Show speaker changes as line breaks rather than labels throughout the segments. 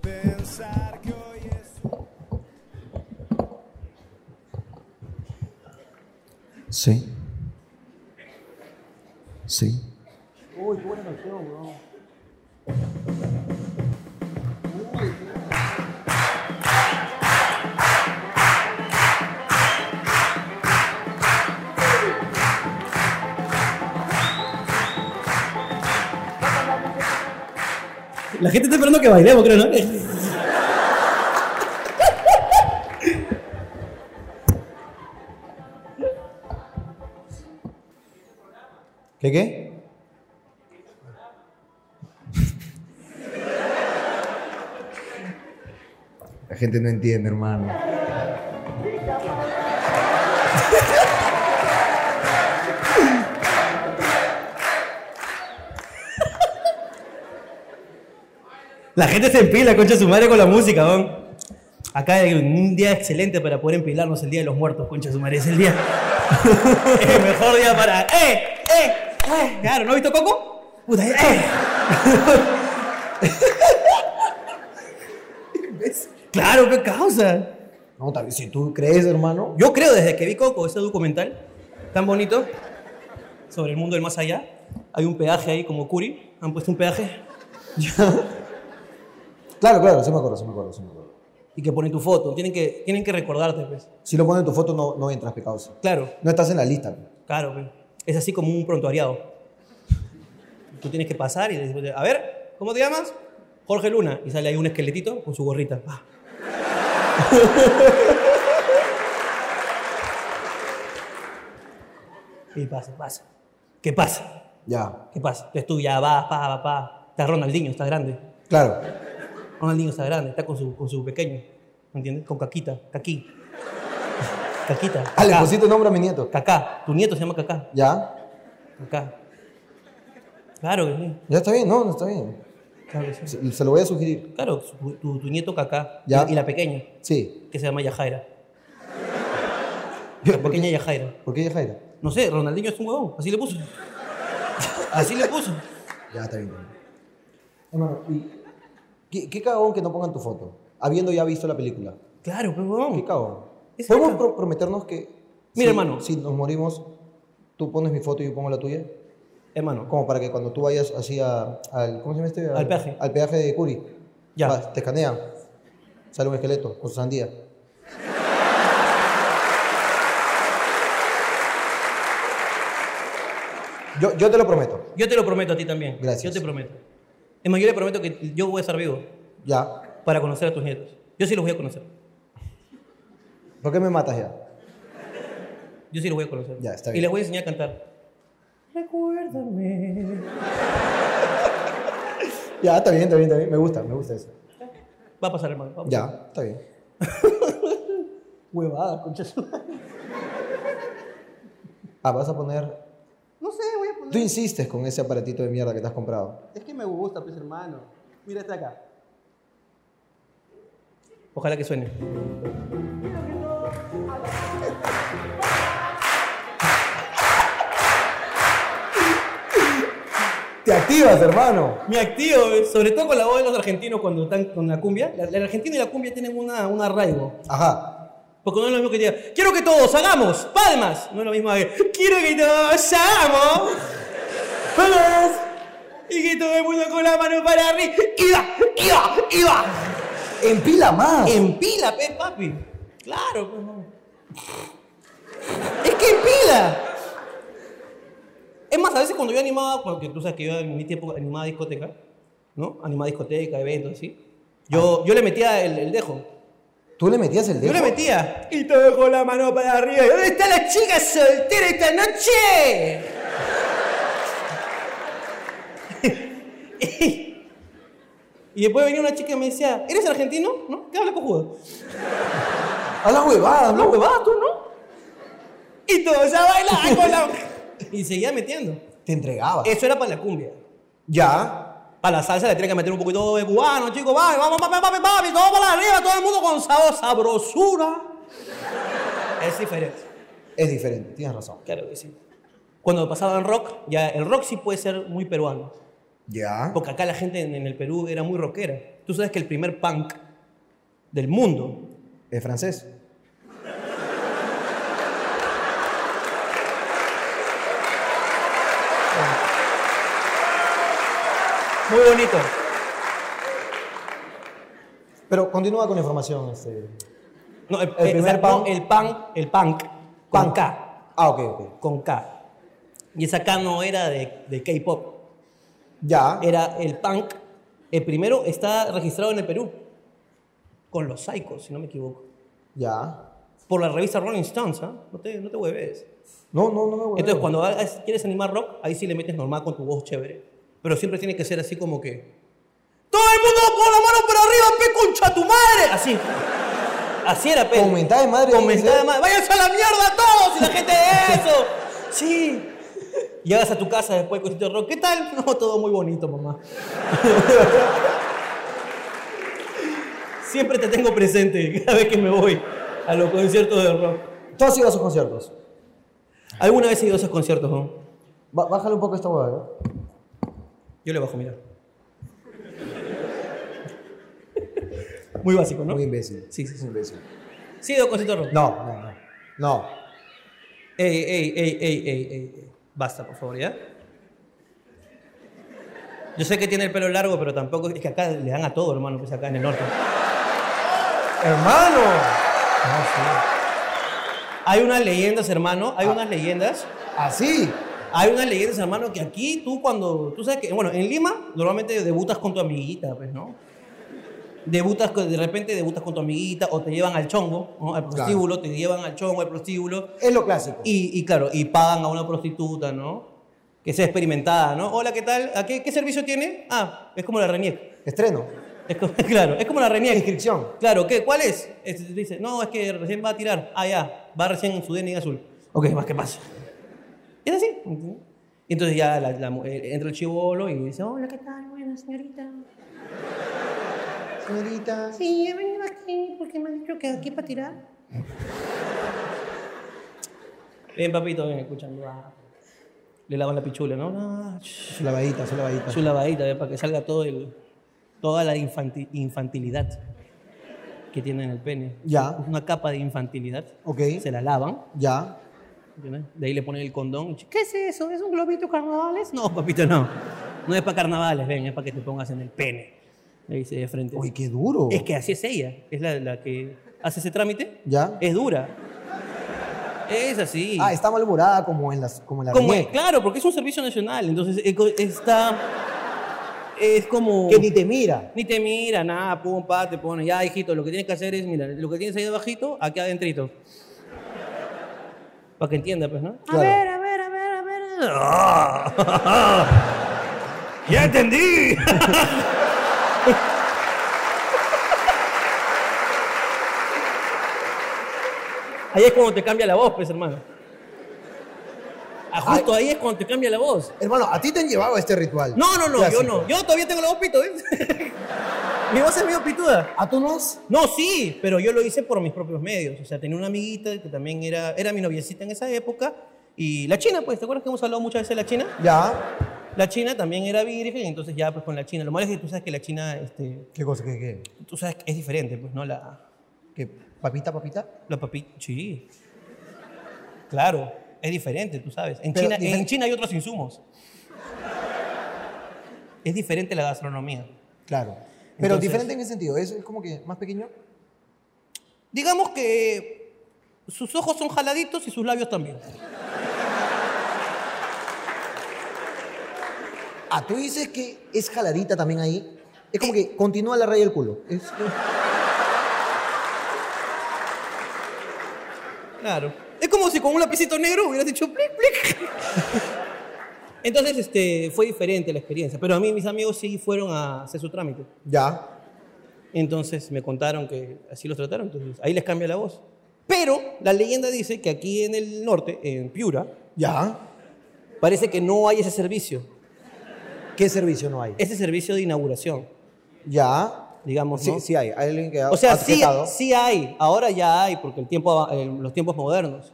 pensar que hoy es
Sí. Sí.
Uy, qué buena canción, bro.
La gente está esperando que bailemos, creo, ¿no?
¿Qué qué? La gente no entiende, hermano.
La gente se empila, concha su madre, con la música, weón. Acá hay un día excelente para poder empilarnos el Día de los Muertos, concha su madre. Es el día. el mejor día para. ¡Eh! ¡Eh! ¡Eh! Claro, ¿no has visto Coco? Puta, ¡eh! claro, qué causa.
No, tal vez si tú crees, hermano.
Yo creo desde que vi Coco, ese documental tan bonito sobre el mundo del más allá, hay un peaje ahí como Curi, han puesto un peaje
Claro, claro, sí me acuerdo, sí me acuerdo, sí me acuerdo.
y que ponen tu foto, tienen que, tienen que recordarte, pues.
Si lo ponen en tu foto, no, no entras, pecado. sí.
Claro,
No estás en la lista. pe.
claro, pues. es así como un prontuariado. Tú tienes que pasar y después, de- a ver, ¿cómo te llamas? Jorge Luna, y sale ahí un esqueletito con su gorrita. Ah. y pasa, pasa. ¿Qué pasa?
Ya,
¿Qué pasa? Entonces tú ya vas, pa, pa, pa. Está Ronaldinho, está grande.
claro.
Ronaldinho está grande, está con su, con su pequeño. ¿Me entiendes? Con Caquita, Caquí. Caquita.
Ah, le
Cacá.
pusiste nombre a mi nieto.
Cacá. Tu nieto se llama Cacá.
Ya,
Cacá. Claro que sí.
ya está bien, no, no está bien.
Claro, que sí.
Se, se lo voy a sugerir.
Claro, su- tu, tu nieto Cacá.
Ya.
Y la pequeña,
Sí.
que se llama Yajaira. La pequeña Yajaira.
¿Por qué Yajaira?
No sé, Ronaldinho es un huevón. Así le puso. Así le puso.
Ya, está bien. Hermano, y- ¿qué, qué cagón que no pongan tu foto? Habiendo ya visto la película.
Claro, pero
¿Qué
huevón.
cagón?
Mm. Es
¿Podemos
verdad.
pro- prometernos que...
Mira,
si-
hermano.
Si nos morimos, tú pones mi foto y yo pongo la tuya.
Hermano,
Como para que cuando tú vayas así a- al... ¿Cómo se llama este?
Al peaje.
Al peaje de Curi.
Ya.
Vas, te escanean. Sale un esqueleto con su sandía. Yo, yo te lo prometo.
Yo te lo prometo a ti también.
Gracias.
Yo te prometo. Es más, yo le prometo que yo voy a estar vivo
Ya.
para conocer a tus nietos. Yo sí los voy a conocer.
¿Por qué me matas ya?
Yo sí los voy a conocer.
Ya, está
Y
bien.
les voy a enseñar a cantar. Recuérdame.
Ya, está bien, está bien, está bien. Me gusta, me gusta eso.
Va a pasar, hermano. va a pasar.
Ya, está bien.
Huevada, concha. su-
Ah, vas a poner...
No sé, voy a poner.
Tú insistes con ese aparatito de mierda que te has comprado.
Es que me gusta, pues, hermano. Mira este acá.
Ojalá que suene.
¡Te activas, hermano!
Me activo, eh, sobre todo con la voz de los argentinos cuando están con la cumbia. La- El argentino y la cumbia tienen una, un arraigo.
Ajá.
Porque no es lo mismo que diga, quiero que todos hagamos palmas. No es lo mismo que, quiero que todos hagamos palmas. Y que todo el mundo con la mano para arriba. ¡Iba! ¡Iba! ¡Iba!
¡Empila más!
En pila, pe, papi. Claro, pues. no. Es que en pila. Es más, a veces cuando yo animaba, porque tú sabes que yo en mi tiempo animaba discoteca, ¿no? Animaba discoteca, eventos, así. Yo, yo le metía el, el dejo.
Tú le metías el dedo.
Yo le metía. Y todo con la mano para arriba. ¿Dónde está la chica soltera esta noche? y después venía una chica y me decía, ¿eres argentino? ¿No? ¿Qué habla cojudo?
A la huevada,
No,
¿no?
huevada, tú no. Y todos ya bailaban con la... Y seguía metiendo.
Te entregabas.
Eso era para la cumbia.
Ya.
Para la salsa le tienen que meter un poquito de cubano, chicos. Vamos, vamos, papi, papi, papi. Todo para arriba, todo el mundo con sabor, sabrosura. Es diferente.
Es diferente, tienes razón.
Claro que sí. Cuando pasaban rock, ya el rock sí puede ser muy peruano.
Ya.
Porque acá la gente en, en el Perú era muy rockera. Tú sabes que el primer punk del mundo
¿Es francés?
Muy bonito.
Pero continúa con la información. Este.
No, el,
El
eh,
primer
o sea, no,
punk.
el punk, el punk, con
Punk.
K,
Ah, ok, ok.
con K. Y esa K no era de, de K-pop,
Ya.
era el punk. El primero está registrado en el Perú, con los Psychos, si no me equivoco.
Ya.
Por la revista Rolling Stones, ¿ah? No te, no te hueves.
No, no, no me voy
Entonces, cuando hagas- quieres animar rock, ahí sí le metes normal con tu voz chévere. Pero siempre tiene que ser así como que. ¡Todo el mundo con la mano para arriba, pe concha tu madre! Así. Así era, pe.
Con mentada de madre
Con
tiene que
mentada de
ser.
madre. ¡Váyanse a la mierda todos! Y la gente de eso. Sí. Llegas a tu casa después con este rock. ¿Qué tal? No, todo muy bonito, mamá. siempre te tengo presente cada vez que me voy a los conciertos de rock.
Tú has ido a sus conciertos.
¿Alguna vez he ido a esos conciertos, no?
Ba- bájale un poco esta hueá, ¿no?
Yo le bajo, mira. Muy básico, ¿no?
Muy imbécil.
Sí, sí, sí.
imbécil.
Sí, dos cositas rock.
No, no, no. No.
Ey, ey, ey, ey, ey, ey, ey. Basta, por favor, ¿ya? Yo sé que tiene el pelo largo, pero tampoco... Es que acá le dan a todo, hermano, pues acá en el norte.
¡Hermano!
Hay unas leyendas, hermano, hay unas leyendas.
¿Así?
Hay unas leyendas, hermano, que aquí tú cuando... Tú sabes que, bueno, en Lima normalmente debutas con tu amiguita, pues, ¿no? Debutas, con- de repente debutas con tu amiguita o te llevan al chongo, ¿no? al prostíbulo, te llevan al chongo, al prostíbulo.
Es lo clásico.
Y, y claro, y pagan a una prostituta, ¿no? Que sea experimentada, ¿no? Hola, ¿qué tal? ¿A qué, qué servicio tiene? Ah, es como la RENIEC.
Estreno.
Es como- claro, es como la RENIEC.
Inscripción.
Claro, ¿qué? ¿Cuál es? Es- Dice, no, es que recién va a tirar. Ah, ya, va recién en su DNI azul. Ok, más que más. Es así. Y entonces ya la- la mu- eh, entra el chivolo y dice, hola, ¿qué tal? Buena señorita.
Señorita.
Sí, he venido aquí porque me han dicho que aquí para tirar. Ven, papito, ven, escúchame. va. Le lavan la pichula, ¿no? Ah, sh-
Su lavadita, su lavadita.
Su lavadita, ¿ve? para que salga todo el, toda la infanti- infantilidad que tiene en el pene.
Ya.
Una capa de infantilidad.
Ok.
Se la lavan.
Ya.
¿entiendes? De ahí le ponen el condón. ¿Qué es eso? ¿Es un globito carnavales? No, papito, no. No es para carnavales, ven, es para que te pongas en el pene. Le dice de frente.
Uy, qué duro.
Es que así es ella, es la, la que hace ese trámite.
Ya.
Es dura. Es así.
Ah, está malhumorada como en las como en la
Como es,
Reñeca.
claro, porque es un servicio nacional, entonces eh, co- está es como
Que ni te mira.
ni te mira nada, pum, pa, te pone ya hijito, lo que tienes que hacer es mira, lo que tienes ahí debajito, aquí adentrito. Para que entienda, pues, ¿no? Ah.
Claro.
A ver, a ver, a ver, a ver. ya entendí. Ahí es cuando te cambia la voz, pues, hermano. Ah, justo ahí es cuando te cambia la voz.
Hermano, ¿a ti te han llevado a este ritual?
No, no, no,
Clásico.
yo no. Yo todavía tengo la voz pito, ¿eh? Mi voz es medio pituda.
¿A tú no has?
No, sí, pero yo lo hice por mis propios medios. O sea, tenía una amiguita que también era, era mi noviecita en esa época. Y la China, pues, ¿te acuerdas que hemos hablado muchas veces de la China?
Ya.
La China también era virgen, entonces ya pues con la China. Lo malo es que tú sabes que la China, este,
¿Qué cosa? ¿Qué? ¿Qué?
tú sabes que es diferente, pues, ¿no? La,
¿Qué? ¿Papita, papita?
la papi, sí. Claro, es diferente, tú sabes. En
Pero
China,
difer-
en China hay otros insumos. Es diferente la gastronomía.
Claro. Pero
Entonces-
diferente en qué sentido. ¿Es, es como que más pequeño?
Digamos que sus ojos son jaladitos y sus labios también.
Ah, tú dices que es jaladita también ahí. Es como que continúa la raya del culo. Es,
Claro. Es como si con un lapicito negro hubieras dicho plic, plic. Entonces, este, fue diferente la experiencia. Pero a mí mis amigos sí fueron a hacer su trámite.
ya.
Entonces me contaron que así los trataron. Entonces ahí les cambia la voz. Pero la leyenda dice que aquí en el norte, en Piura,
Ya.
parece que no hay ese servicio.
¿Qué servicio no hay?
Ese servicio de inauguración,
Ya.
digamos,
Sí,
¿no?
sí hay. Hay alguien que ha
O sea, sí,
aceptado.
sí hay. Ahora ya hay, porque el tiempo, av- eh, los tiempos modernos.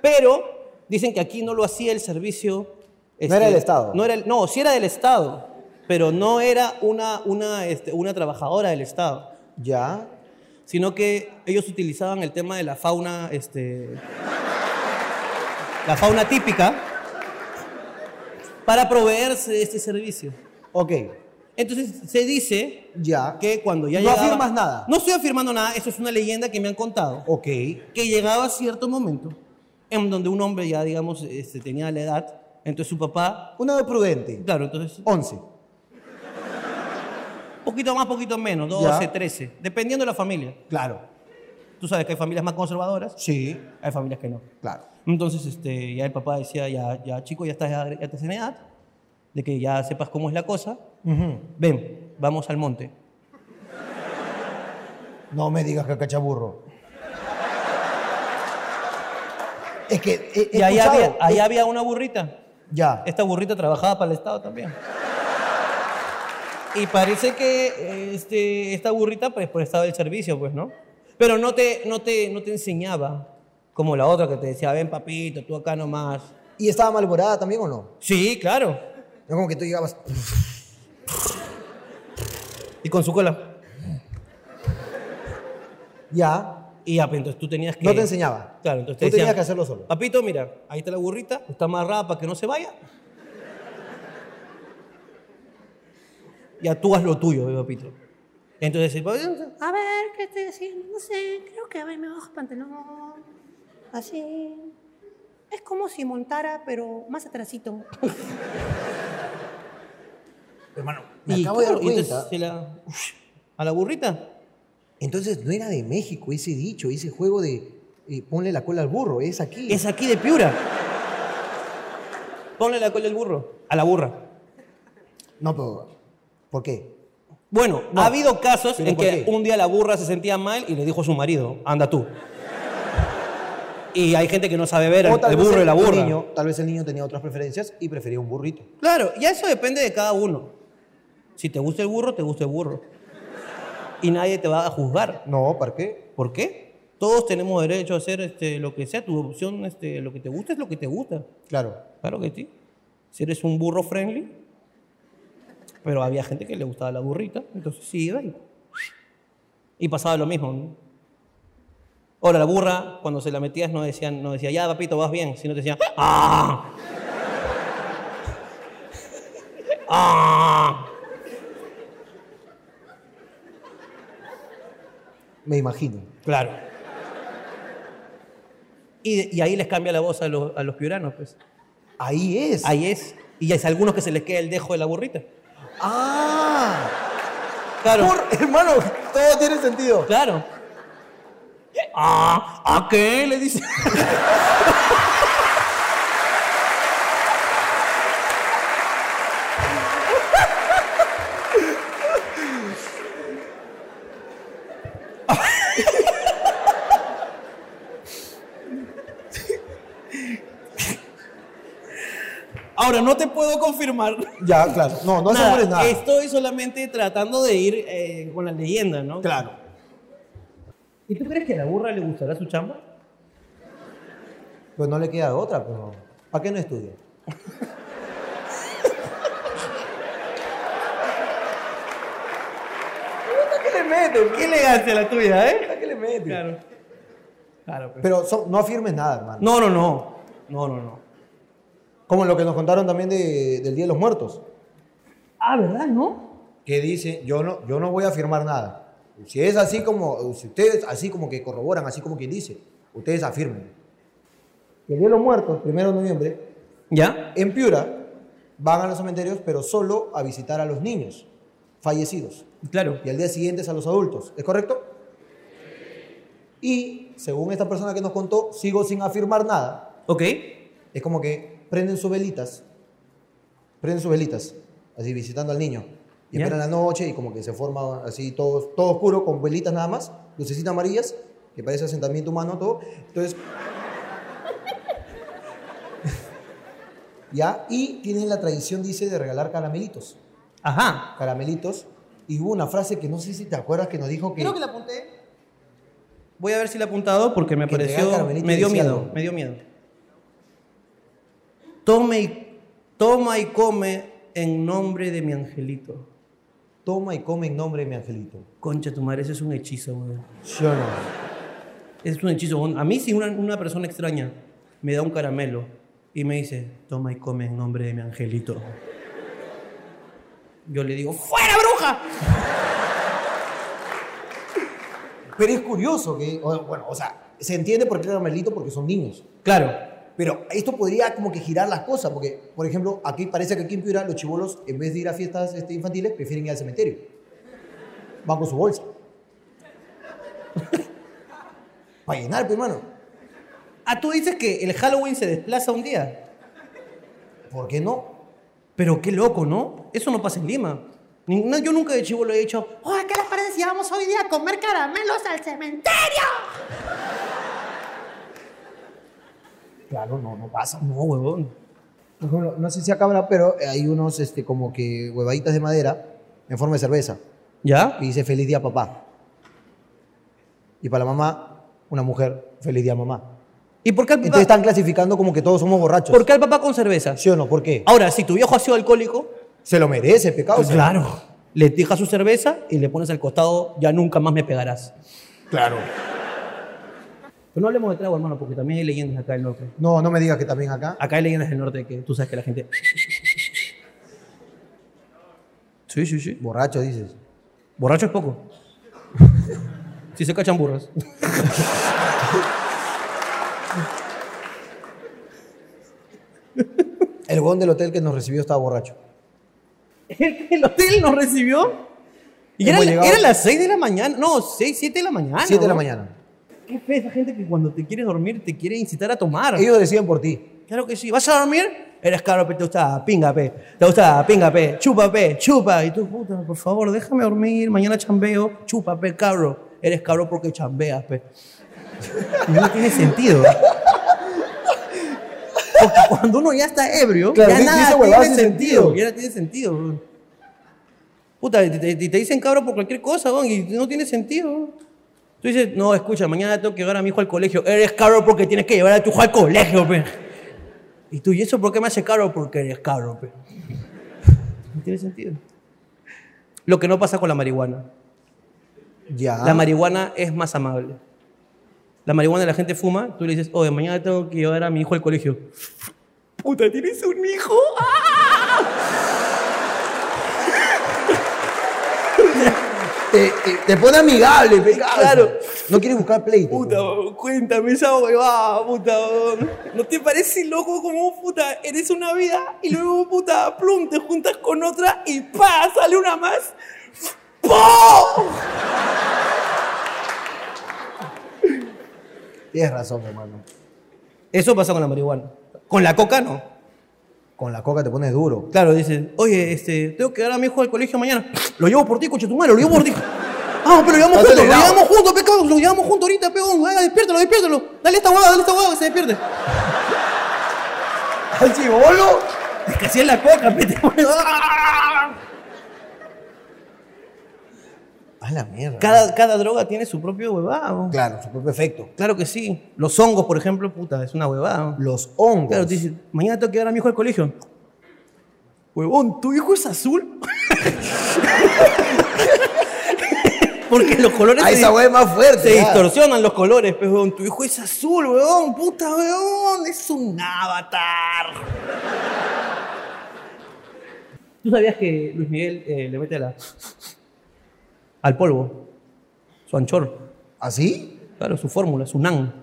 Pero dicen que aquí no lo hacía el servicio. este,
era del Estado.
No, era el- no, sí era del Estado. pero no era una, una, este, una trabajadora del Estado,
Ya.
sino que ellos utilizaban el tema de la fauna, este, la fauna típica, para proveerse de este servicio.
Ok.
Entonces se dice
Ya.
que cuando ya
No
llegaba-
afirmas nada.
No estoy afirmando nada, eso es una leyenda que me han contado.
Ok.
Que llegaba cierto momento en donde un hombre ya, digamos, este, tenía la edad, entonces su papá,
Una edad prudente.
claro, entonces
11.
poquito más, poquito menos, 12,
Ya.
13, dependiendo de la familia.
Claro.
Tú sabes que hay familias más conservadoras,
Sí.
hay familias que no.
Claro.
Entonces, este, ya el papá decía, ya, ya chico, ya estás, ya estás en edad, de que ya sepas cómo es la cosa, ven, vamos al monte.
No me digas que cachaburro. Es que. he- he
Y ahí
escuchado.
había, ahí había una burrita.
Ya.
Esta burrita trabajaba para el Estado también. Y parece que eh, este, esta burrita pues, prestaba el servicio, pues, ¿no? Pero no te, no, te, no te enseñaba, como la otra que te decía, ven papito, tú acá nomás.
¿Y estaba malborada también o no?
Sí, claro.
No como que tú llegabas.
Y con su cola.
Ya.
Y ya, pues, entonces tú tenías que...
No te enseñaba.
Claro, entonces
Tú tenías
decían, "Ah,
que hacerlo solo.
Papito, mira, ahí está la burrita, está amarrada para que no se vaya. Ya tú haz lo tuyo, eh, papito. Entonces, eh, pues, el papito,
A ver, ¿qué estoy haciendo? No sé, creo que a ver, me bajo el pantalón. Así. Es como si montara, pero más atrasito.
Hermano, me
Y
acabo de dar
claro, y entonces
cuenta.
se la- a la burrita.
Entonces no era de México ese dicho, ese juego de eh, ponle la cola al burro, es aquí.
Es aquí de Piura. Ponle la cola al burro. A la burra.
No, pero. ¿Por qué?
Bueno, ha habido casos
pero
en
¿por
que
qué?
un día la burra se sentía mal y le dijo a su marido, anda tú. Y hay gente que no sabe ver
O
al-
tal
el
vez
burro y la
el
burra.
niño- tal vez el niño tenía otras preferencias y prefería un burrito.
Claro, ya eso depende de cada uno. Si te gusta el burro, te gusta el burro. Y nadie te va a juzgar.
No, ¿para qué?
¿Por qué? Todos tenemos derecho a hacer este, lo que sea. Tu opción, este, lo que te gusta es lo que te gusta.
Claro.
Claro que sí. Si eres un burro friendly. Pero había gente que le gustaba la burrita, entonces sí iba y, y pasaba lo mismo. ¿no? Ahora, la burra, cuando se la metías, no, decían, no decía, ya, papito, vas bien, sino te decían, ¡ah! ¡ah!
Me imagino.
Claro. Y, y ahí les cambia la voz a, los- a los piuranos, pues.
Ahí es.
Ahí es. Y hay algunos que se les queda el dejo de la burrita.
Ah.
Claro.
Por- hermano, todo tiene sentido.
Claro. Ah, ¿a qué? Le dice. Ahora, no te puedo confirmar.
Ya, claro. No, no
nada.
asegures nada.
Estoy solamente tratando de ir eh, con la leyenda, ¿no?
Claro.
¿Y tú crees que a la burra le gustará su chamba?
Pues no le queda otra, pero. ¿Para qué no estudia?
¿Qué le mete? Qué elegancia la tuya, ¿eh?
¿Para qué le metes?
Claro. Claro, pues.
Pero son- no afirmes nada, hermano.
No, no, no. No, no, no.
Como lo que nos contaron también de- del Día de los Muertos.
Ah, ¿verdad, no?
que dice, yo no, yo no voy a afirmar nada. Si es así como, si ustedes así como que corroboran, así como quien dice, ustedes afirmen. Que el Día de los Muertos, primero de noviembre,
¿Ya?
en Piura, van a los cementerios, pero solo a visitar a los niños fallecidos.
Claro.
Y al día siguiente es a los adultos, ¿es correcto? Y, según esta persona que nos contó, sigo sin afirmar nada,
Ok.
es como que prenden sus velitas, prenden sus velitas, así visitando al niño. Y
Ya.
esperan la noche y como que se forma así todo, todo oscuro, con velitas nada más, lucecitas amarillas, que parece asentamiento humano todo. Entonces... ya, y tienen la tradición, dice, de regalar caramelitos.
Ajá.
Caramelitos. Y hubo una frase que no sé si te acuerdas que nos dijo que...
Creo que la apunté.
Voy a ver si le he apuntado porque me
Que te haga
pareció.
caramelito
Me dio
de cielo.
miedo, me dio miedo. Tome y. Toma y come en nombre de mi angelito.
Toma y come en nombre de mi angelito.
Concha, tu madre, ese es un hechizo, weón.
¿Sí o no?
Ese es un hechizo. weón. A mí, si una, una persona extraña me da un caramelo y me dice, toma y come en nombre de mi angelito, yo le digo, ¡fuera, bruja!
Pero es curioso que, o- bueno, o sea, se entiende por qué el caramelito porque son niños.
Claro,
Pero esto podría como que girar las cosas, porque, por ejemplo, aquí parece que aquí en Piura los chivolos, en vez de ir a fiestas este, infantiles, prefieren ir al cementerio. Van con su bolsa. Para llenar, pues, hermano.
Ah, tú dices que el Halloween se desplaza un día.
¿Por qué no?
Pero qué loco, ¿no? Eso no pasa en Lima. Ninguna- yo nunca de chivo lo he dicho.
Oye, ¿qué les parece si vamos hoy día a comer caramelos al cementerio?
Claro, no, no pasa.
No, huevón.
Por ejemplo, no sé si acá habrá, pero hay unos este, como que huevaditas de madera en forma de cerveza.
¿Ya?
Y dice feliz día papá. Y para la mamá, una mujer, feliz día mamá.
¿Y por qué al
Entonces
papá,
están clasificando como que todos somos
pues,
borrachos.
por qué al papá con cerveza?
¿Sí o no? ¿Por qué?
Ahora, si tu viejo ha sido alcohólico,
Se lo merece,
Ah,
pecado.
pues claro. Le dejas su cerveza y le pones al costado, ya nunca más me pegarás.
Claro.
Pero no hablemos de trago, hermano, porque también hay leyendas acá del norte.
No, no me digas que también acá.
Acá hay leyendas del norte que tú sabes que la gente. Sí, sí, sí.
Borracho, dices.
Borracho es poco. si se cachan burras.
El huevón del hotel que nos recibió estaba borracho.
el, el hotel nos recibió. Y era,
Hemos
la-
llegado-
era las 6 de la mañana. No, 6, 7 de la mañana.
Siete de la
Ah, ¿no?
mañana.
Qué fe esa gente que cuando te quiere dormir te quiere incitar a tomar.
Ellos deciden por ti.
Claro que sí. ¿Vas a dormir? Eres caro, pero te gusta pinga, pe. Te gusta pinga, pe. Chupa, pe. Chupa. Y tú, puta, por favor, déjame dormir. Mañana chambeo. Chupa, pe, cabro. Eres cabro porque chambeas, pe. No tiene sentido. Porque cuando uno ya está ebrio,
Claro,
ya
dice
nada
huevadas
tiene
sin
sentido.
sentido.
Ya no tiene sentido, bro. Puta, y te, y te dicen cabro por cualquier cosa, bro, y no tiene sentido. bro. Tú dices, no, escucha, mañana tengo que llevar a mi hijo al colegio. Eres cabro porque tienes que llevar a tu hijo al colegio, pe. Y tú, ¿y eso por qué me hace cabro? Porque eres cabro, pe. No tiene sentido. Lo que no pasa con la marihuana.
Ya.
La marihuana es más amable. La marihuana la gente fuma, tú le dices, oye, mañana tengo que llevar a mi hijo al colegio. Puta, ¿tienes un hijo? ¡Ah!
te, te- Eh, te pone amigable, pecado.
Claro.
No quieres buscar pleito.
Puta, weón, cuéntame esa huevada, puta. weón. ¿No te parece loco como, puta, eres una vida y luego, puta, plum, te juntas con otra y pa, sale una más? ¡Po!
Tienes razón, hermano.
Eso pasa con la marihuana. Con la coca no.
Con la coca te pones duro.
Claro, dices, oye, este, tengo que dar a mi hijo al colegio mañana. Lo llevo por ti, coche tu madre, lo llevo por ti. Vamos, pero lo llevamos juntos, lo
Acelerado.
llevamos juntos, pecado, lo llevamos juntos ahorita, pegón. Ah, despiértalo, despiértalo. Dale esta huevada, dale esta huevada, que se despierte.
¿Al chivolo?
Es que así es la coca, pete. pues.
A la mierda.
Cada, cada droga tiene su propio huevada. ¿no?
Claro, su propio efecto.
Claro que sí. Los hongos, por ejemplo, puta, es una huevada. ¿no?
Los hongos.
Claro, te dice, mañana tengo que llevar a mi hijo al colegio. Huevón, ¿tu hijo es azul? Porque los colores
Ah,
se
esa
di-
hueá es más
"Este se
fuerte. ya.
distorsionan los colores, pues, huevón. Tu hijo es azul, huevón. Puta, huevón. Es un avatar. ¿Tú sabías que Luis Miguel eh, le mete a la- al polvo? Su anchor.
¿Ah, ¿Así?
Claro, su fórmula, su nan.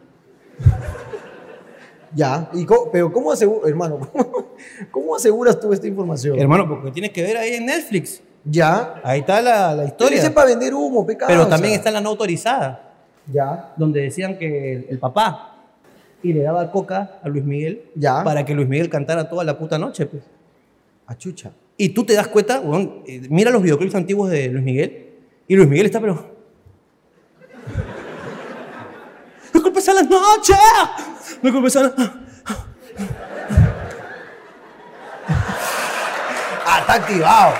Ya. ¿Y co- pero ¿cómo aseguras, hermano? ¿cómo, cómo aseguras tú esta información?
Hermano, porque tienes que ver ahí en Netflix.
Ya.
Ahí está la, la
Tú
historia.
dices para vender humo, pecado.
Pero también está la no autorizada,
Ya.
donde decían que el, el papá y le daba coca a Luis Miguel
Ya.
para que Luis Miguel cantara toda la puta noche. Pues.
Achucha.
Y tú te das cuenta, weón, eh, mira los videoclips antiguos de Luis Miguel, y Luis Miguel está pero... ¡No culpes a la noche! ¡No culpes a la...
Ah, está activado.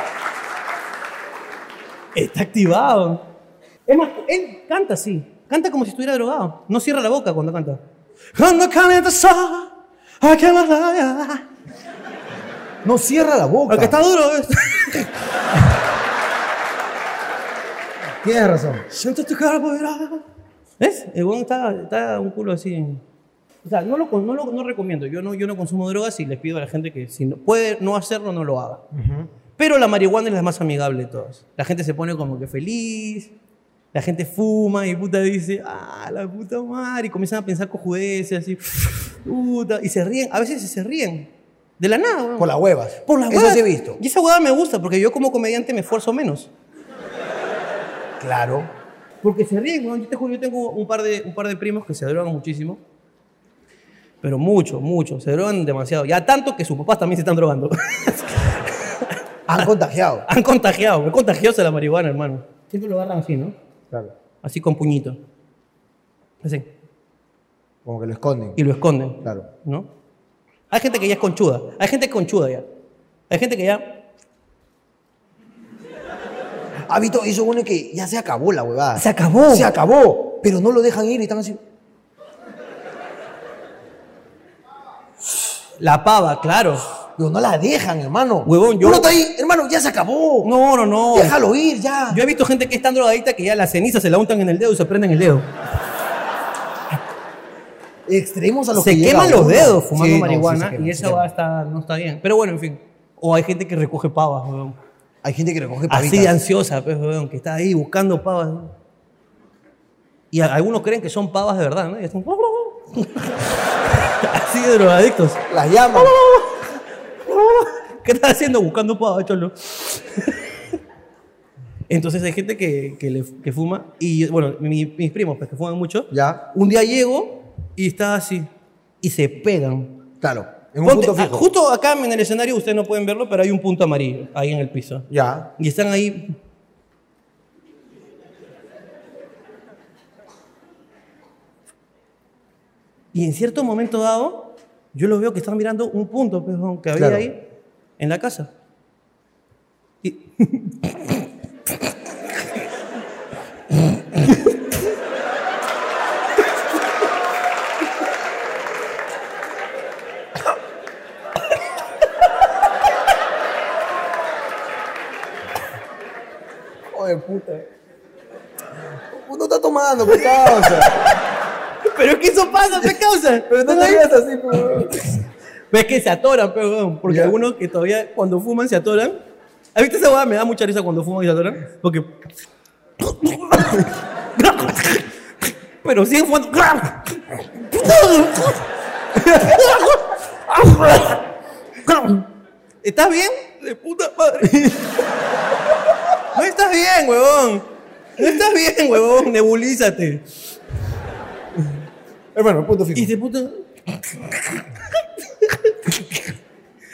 Está activado. Es más, él canta así. Canta como si estuviera drogado. No cierra la boca cuando canta. Cuando calienta el sol, aquí en la playa.
No cierra la boca.
Aunque está duro, ¿ves?
Tienes razón.
Siento tu cuerpo, verá. ¿Ves? El huevón está, está un culo así. O sea, no lo, con- no lo no recomiendo. Yo no, yo no consumo drogas y les pido a la gente que si no- puede no hacerlo, no lo haga. Pero la marihuana es la más amigable de todas. La gente se pone como que feliz, la gente fuma y puta dice, ah, la puta madre. Y comienzan a pensar cojudeces, así, puta. Y se ríen, a veces se ríen. De la nada, huevón.
Por las huevas.
Por las
Eso
huevas.
sí he visto.
Y esa huevada me gusta porque yo como comediante me esfuerzo menos.
Claro.
Porque se ríen, weón. Yo te juro, yo tengo un par, de, un par de primos que se drogan muchísimo. Pero mucho, mucho. Se drogan demasiado. Ya tanto que sus papás también se están drogando.
Han contagiado.
Han contagiado. Me contagióse la marihuana, hermano. Siempre lo agarran así, ¿no?
Claro.
Así con puñito. Así.
Como que lo esconden.
Y lo esconden.
Claro.
¿No? Hay gente que ya es conchuda. Hay gente conchuda ya. Hay gente que ya
Ha visto, hizo uno que ya se acabó la huevada.
se acabó.
Ah. Se acabó. Pero no lo dejan ir y están así.
La pava, claro.
Digo, no la dejan, hermano.
Huevón, yo-
Uno está ahí, hermano, ya se acabó.
No, no, no.
Déjalo ir ya.
Yo he visto gente que es tan drogadicta que ya la ceniza se la untan en el dedo y se prenden el dedo.
Extremos a los
se
que llega
queman los
uno.
dedos fumando
Sí, no, sí, se
marihuana
queman,
y
se
esa
queman.
va está, no está bien. Pero bueno, en fin. O hay gente que recoge pavas, weón.
Hay gente que recoge pavitas.
Así de ansiosa, pues, weón, que está ahí buscando pavas. ¿no? Y a- algunos creen que son pavas de verdad, ¿no? Y están- Así de drogadictos.
Las llaman.
¿Qué estás haciendo buscando pavas, cholo? Entonces hay gente que, que le- que fuma. Y bueno, mi- mis primos, pues, que fuman mucho.
Ya.
Un día llego y está así. Y se pegan.
Claro. En un
Ponte-
punto fijo.
ah, justo acá en el escenario, ustedes no pueden verlo, pero hay un punto amarillo ahí en el piso.
Ya.
Y están ahí. Y en cierto momento dado, yo los veo que están mirando un punto pues, weón, que había
Claro.
ahí en la casa. Y-
Oye, puta. Uno está tomando, por causa.
pero es que eso pasa, ¿qué causa?
Pero no
Están
te
ahí.
digas así, pues.
Ves que se atoran, pero, weón, porque
Ya.
algunos que todavía cuando fuman se atoran. ¿Has visto esa hueá? Me da mucha risa cuando fuman y se atoran. Porque. Pero siguen fumando. ¿Estás bien? De puta madre. No estás bien, huevón. No estás bien, huevón. Nebulízate.
Hermano, Eh, punto fijo.
Y de puta.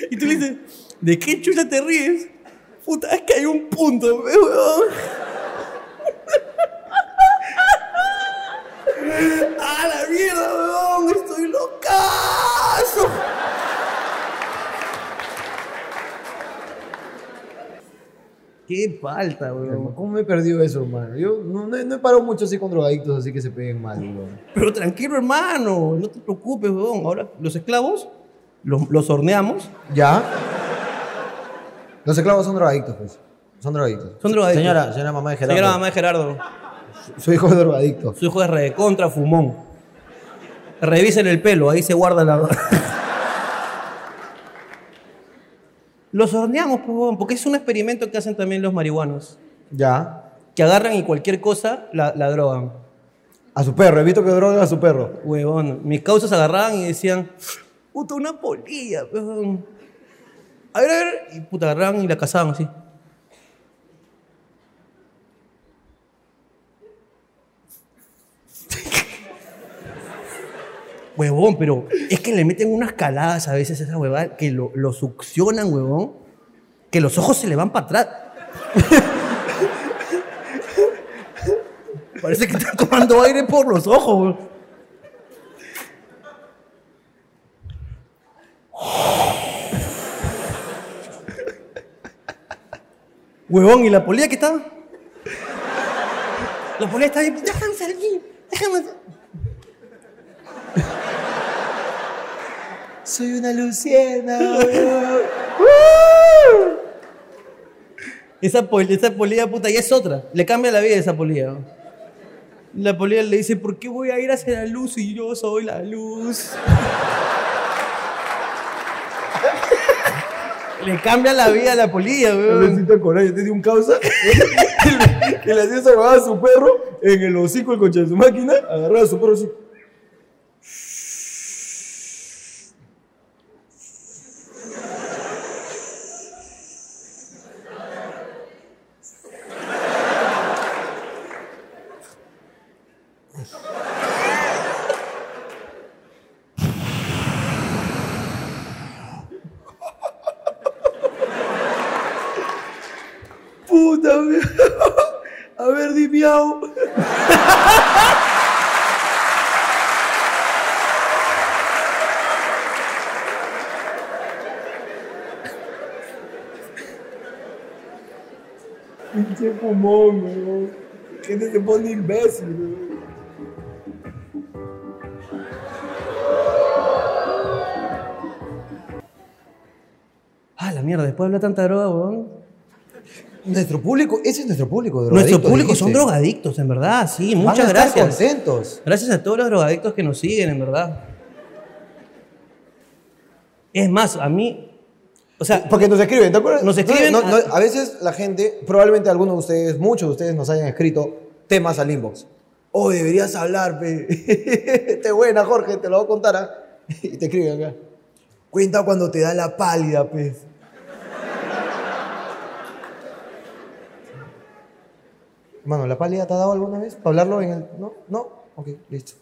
y tú le dices, ¿de qué chucha te ríes? Puta, es que hay un punto, pe, weón. ¡A la mierda, weón! ¡Estoy locazo! ¡Qué falta, weón!
¿Cómo me he perdido eso, hermano? Yo no, no he- no he parado mucho así con drogadictos, así que se peguen mal, weón.
Pero tranquilo, hermano, no te preocupes, weón. Ahora, los esclavos los, los horneamos
¿Ya? Los esclavos son drogadictos, pues. Son drogadictos.
Son drogadictos.
Señora, señora mamá de Gerardo.
Señora mamá de Gerardo,
Su hijo es drogadicto.
su hijo es recontra fumón. Revisen el pelo, ahí se guarda la. los horneamos, pues, huevón, porque es un experimento que hacen también los marihuanos.
Ya.
Que agarran y cualquier cosa la, la drogan.
A su perro. He visto que droga a su perro.
Huevón, mis causas agarraban y decían, puta, una polilla, huevón. A ver, a ver. Y puta, agarraban y la cazaban así. Huevón, pero es que le meten unas caladas a veces a esa huevada que lo, lo succionan, huevón. Que los ojos se le van para atrás. Parece que están tomando aire por los ojos, huevón. Huevón, ¿y la polilla que estaba? La polilla está ahí. Déjame salir, déjame.
Soy una lucierna, weón.
Esa, pol- esa polilla, puta, ya es otra. Le cambia la vida a esa polilla. ¿no? La polilla le dice, ¿por qué voy a ir hacia la luz si yo soy la luz? le cambia la vida a la polilla, weón.
Necesita coraje, te dio un causa. y le hacía esa huevada a su perro en el hocico, el coche de su máquina, agarraba a su perro así. Puta, mía. a ver, di miau. Pinche fumón, weón. Gente se pone imbécil, weón.
Ah, la mierda, después de hablar tanta droga, weón.
Nuestro público, ese es nuestro público,
Nuestro
drogadictos,
público son
dijiste.
drogadictos, en verdad, sí.
Van a
Muchas
estar
gracias.
contentos.
Gracias a todos los drogadictos que nos siguen, en verdad. Es más, a mí. O sea,
Porque nos escriben, ¿te acuerdas?
Nos
No,
escriben
no,
a-
no, a veces la gente, probablemente algunos de ustedes, muchos de ustedes nos hayan escrito temas al inbox. Oh, deberías hablar, pe. Te buena, Jorge, te lo voy a contar. ¿ah?" Y te escriben acá. Cuenta cuando te da la pálida, pez. Mano, ¿la pálida te ha dado alguna vez? ¿Para hablarlo en el.? No, no. Ok, listo.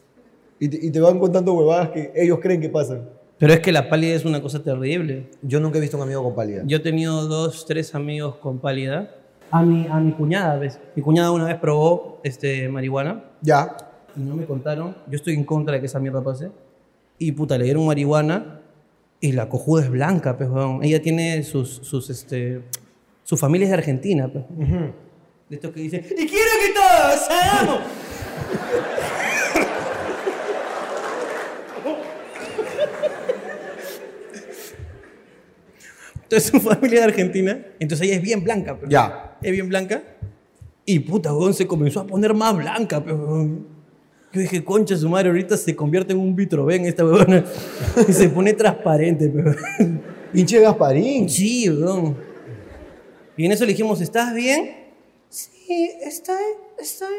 Y te, y te van contando huevadas que ellos creen que pasan.
pero es que la pálida es una cosa terrible.
Yo nunca he visto a un amigo con pálida.
Yo he tenido dos, tres amigos con pálida. A mi, a mi cuñada, ¿ves? Mi cuñada una vez probó este, marihuana
Ya.
y no me contaron. Yo estoy en contra de que esa mierda pase. Y puta, le dieron marihuana y la cojuda es blanca, pues, weón. Ella tiene sus, sus, este, su familia es de Argentina, pues. De estos que dicen, y quiero que todos seamos. Entonces su familia de Argentina, entonces ella es bien blanca, pues.
Ya.
Es bien blanca. Y puta, weón, se comenzó a poner más blanca, pues, weón. Yo dije, concha su madre, ahorita se convierte en un vitroven esta weona. Y se pone transparente, pero.
Pinche Gasparín.
Sí, weón. Y en eso le dijimos, ¿estás bien? Sí, estoy, estoy.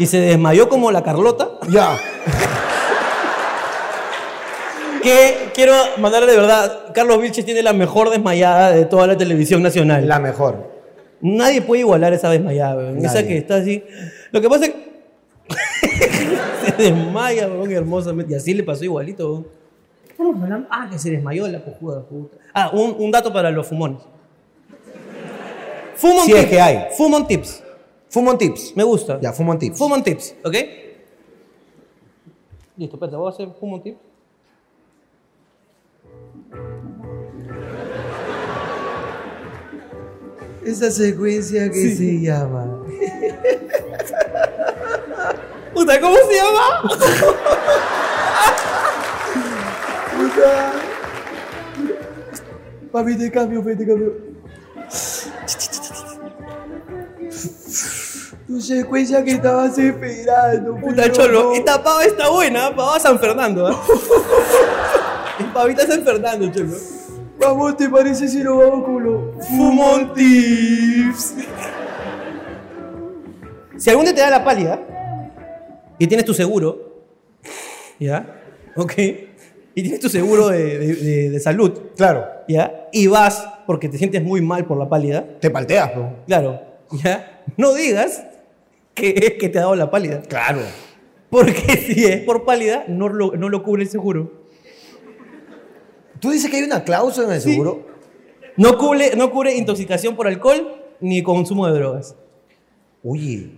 Y se desmayó como la Carlota.
Ya.
Que quiero mandarle de verdad, Carlos Vilches tiene la mejor desmayada de toda la televisión nacional.
La mejor.
Nadie puede igualar esa desmayada, weón. Esa
Nadie.
que está así. Lo que pasa es que se desmaya, weón, hermosamente. Y así le pasó igualito, weón. ¿Cómo se llama? Ah, que se desmayó la cojuda, puta. Ah, un, un dato para los fumones. Fumon
Si es
tips.
que hay.
Fumon tips.
Fumon tips.
Me gusta.
Ya, fumon tips.
Fumon tips, ¿ok? Listo, espérate, voy a hacer fumon tips.
Esa secuencia que se llama.
Puta, ¿cómo se llama?
Papi, te cambio, papi, te cambio. Tu secuencia que estabas esperando.
Puta,
pero
cholo.
no.
Esta pava está buena, pava San Fernando, ¿eh? Pavita San Fernando, cholo.
Vamos, ¿te parece si lo vamos con los Fumon tips?
Si algún día te da la pálida y tienes tu seguro, ¿ya? ¿Ok? Y tienes tu seguro de, de- de- de salud,
Claro,
¿ya? Y vas porque te sientes muy mal por la pálida,
te palteas, bro.
claro, ¿ya? No digas que es que te ha dado la pálida.
Claro.
Porque si es por pálida, no lo, no lo cubre el seguro.
¿Tú dices que hay una cláusula en el seguro?
No cubre, no cubre intoxicación por alcohol ni consumo de drogas.
Oye,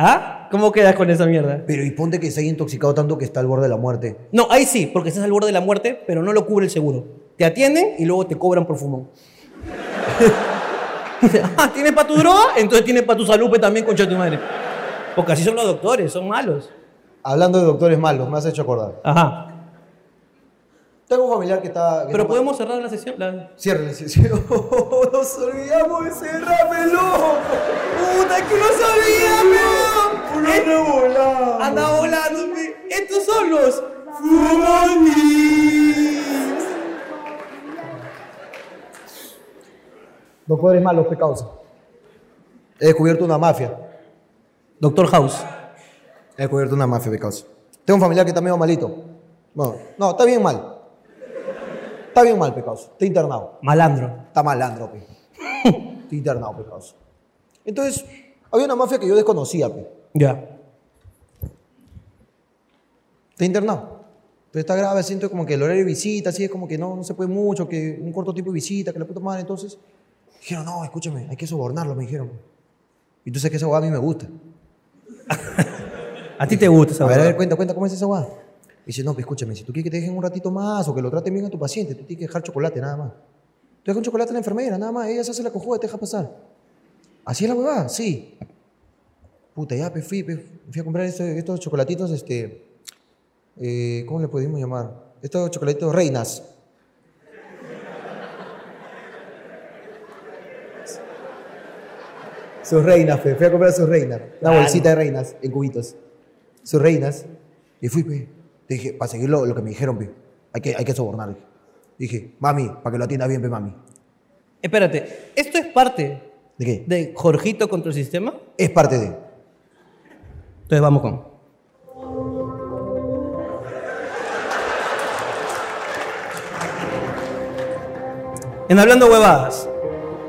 ¿Ah? ¿Cómo quedas con esa mierda?
pero y ponte que se haya intoxicado tanto que está al borde de la muerte.
No, ahí sí, porque estás al borde de la muerte, pero no lo cubre el seguro. Te atienden y luego te cobran por fumón. ah, ¿tienes para tu droga? Entonces tienes para tu salud pues, también, concha de tu madre. Porque así son los doctores, son malos.
Hablando de doctores malos, me has hecho acordar.
Ajá.
Tengo un familiar que está... que
Pero
está-
podemos cerrar la sesión. La...
Ciérrale, sí, sí.
Oh,
nos olvidamos de cerrármelo. Puta, que nos olvidamos.
Eh,
Anda volando. Anda volando. Estos son los Doctor es malo, ¿qué causa? He descubierto una mafia.
Doctor House.
He descubierto una mafia, ¿qué causa? Tengo un familiar que está medio malito. Bueno, no, está bien mal. Está bien mal, pecados. Está internado.
Malandro.
Está malandro, pe. Está internado, pe, causa. Entonces, había una mafia que yo desconocía, pe.
Ya.
Está internado. Pero está grave, siento como que el horario de visita, así es como que no, no se puede mucho, que un corto tiempo de visita, que la puta madre. Entonces, dijeron, no, escúchame, hay que sobornarlo, me dijeron. Y tú sabes que esa hueá a mí me gusta.
A ti te gusta esa
A ver, a ver,
huevada.
cuenta, cuenta, ¿cómo es esa hueá? Dice, no, pe, escúchame, si tú quieres que te dejen un ratito más o que lo traten bien a tu paciente, tú tienes que dejar chocolate, nada más. Tú dejas un chocolate a la enfermera, nada más, ella se hace la cojuda y te deja pasar. ¿Así es la huevada? Sí. Puta, ya, pe, fui, pe, fui a comprar este- estos chocolatitos, este... eh, ¿Cómo le podemos llamar? Estos chocolatitos reinas. Sus reinas, fe. Fui a comprar sus reinas. Una bolsita de reinas en cubitos. Sus reinas. Y fui, pe. Te dije, para seguir lo, lo que me dijeron, pe. Hay que, hay que sobornar. Dije, mami, para que lo atienda bien, pe, mami.
Espérate, ¿esto es parte
¿De qué?
de Jorgito contra el sistema?
Es parte de.
Entonces vamos con. En Hablando Huevadas,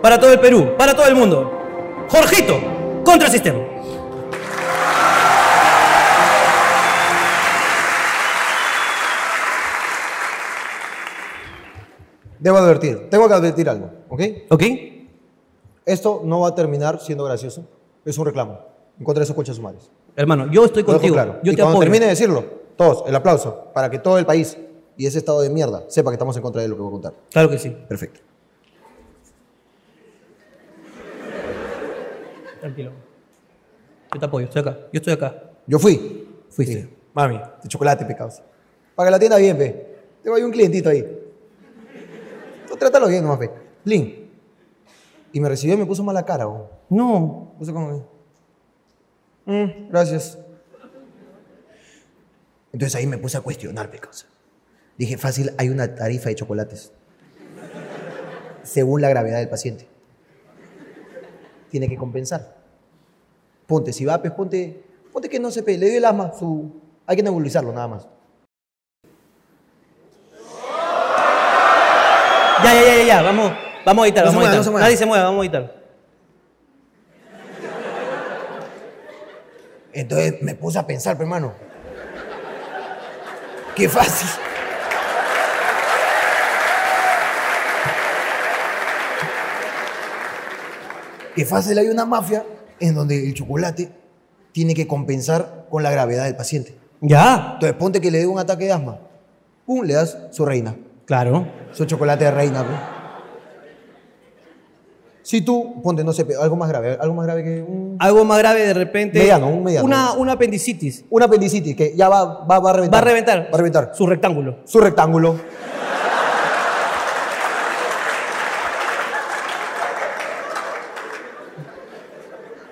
para todo el Perú, para todo el mundo, Jorgito contra el sistema.
Debo advertir. Tengo que advertir algo, ¿ok?
¿Ok?
Esto no va a terminar siendo gracioso. Es un reclamo. En contra de esos coches sumarios.
Hermano, yo estoy
Lo dejo
contigo.
claro.
Yo
y
te
cuando
apoyo.
termine de decirlo, todos, el aplauso, para que todo el país y ese estado de mierda sepa que estamos en contra de lo que voy a contar.
Claro que sí.
Perfecto.
Tranquilo. Yo te apoyo, estoy acá. Yo estoy acá.
Yo fui.
Fuiste.
Dije, Mami, de chocolate, pecados. Para que la tienda bien, pe. Tengo ahí un clientito ahí. Tú trátalo bien nomás, pe. Lin. Y me recibió y me puso mala cara, weón.
No.
Puso como que. "Mm, gracias. Entonces ahí me puse a cuestionar, pecados. Dije, fácil, hay una tarifa de chocolates. Según la gravedad del paciente. Tiene que compensar. Ponte, si va, pues ponte, ponte que no se pe, le dio el asma, su, hay que nebulizarlo nada más.
Ya, ya, ya, ya, ya. Vamos, vamos a editar.
No se
vamos
mueva,
a editar.
no se mueva.
Nadie se mueve, vamos a editar.
Entonces me puse a pensar, pe, hermano. Qué fácil. Qué fácil hay una mafia en donde el chocolate tiene que compensar con la gravedad del paciente.
Ya.
Entonces ponte que le dé un ataque de asma. Pum, le das su reina.
Claro.
Su chocolate de reina, pe. Si tú, ponte, no sé, pe, algo más grave, algo más grave que un
Algo más grave de repente.
Mediano, un mediano.
Una, una apendicitis.
Una apendicitis que ya va, va, va a reventar.
Va a reventar.
Va a reventar.
Su rectángulo.
Su rectángulo.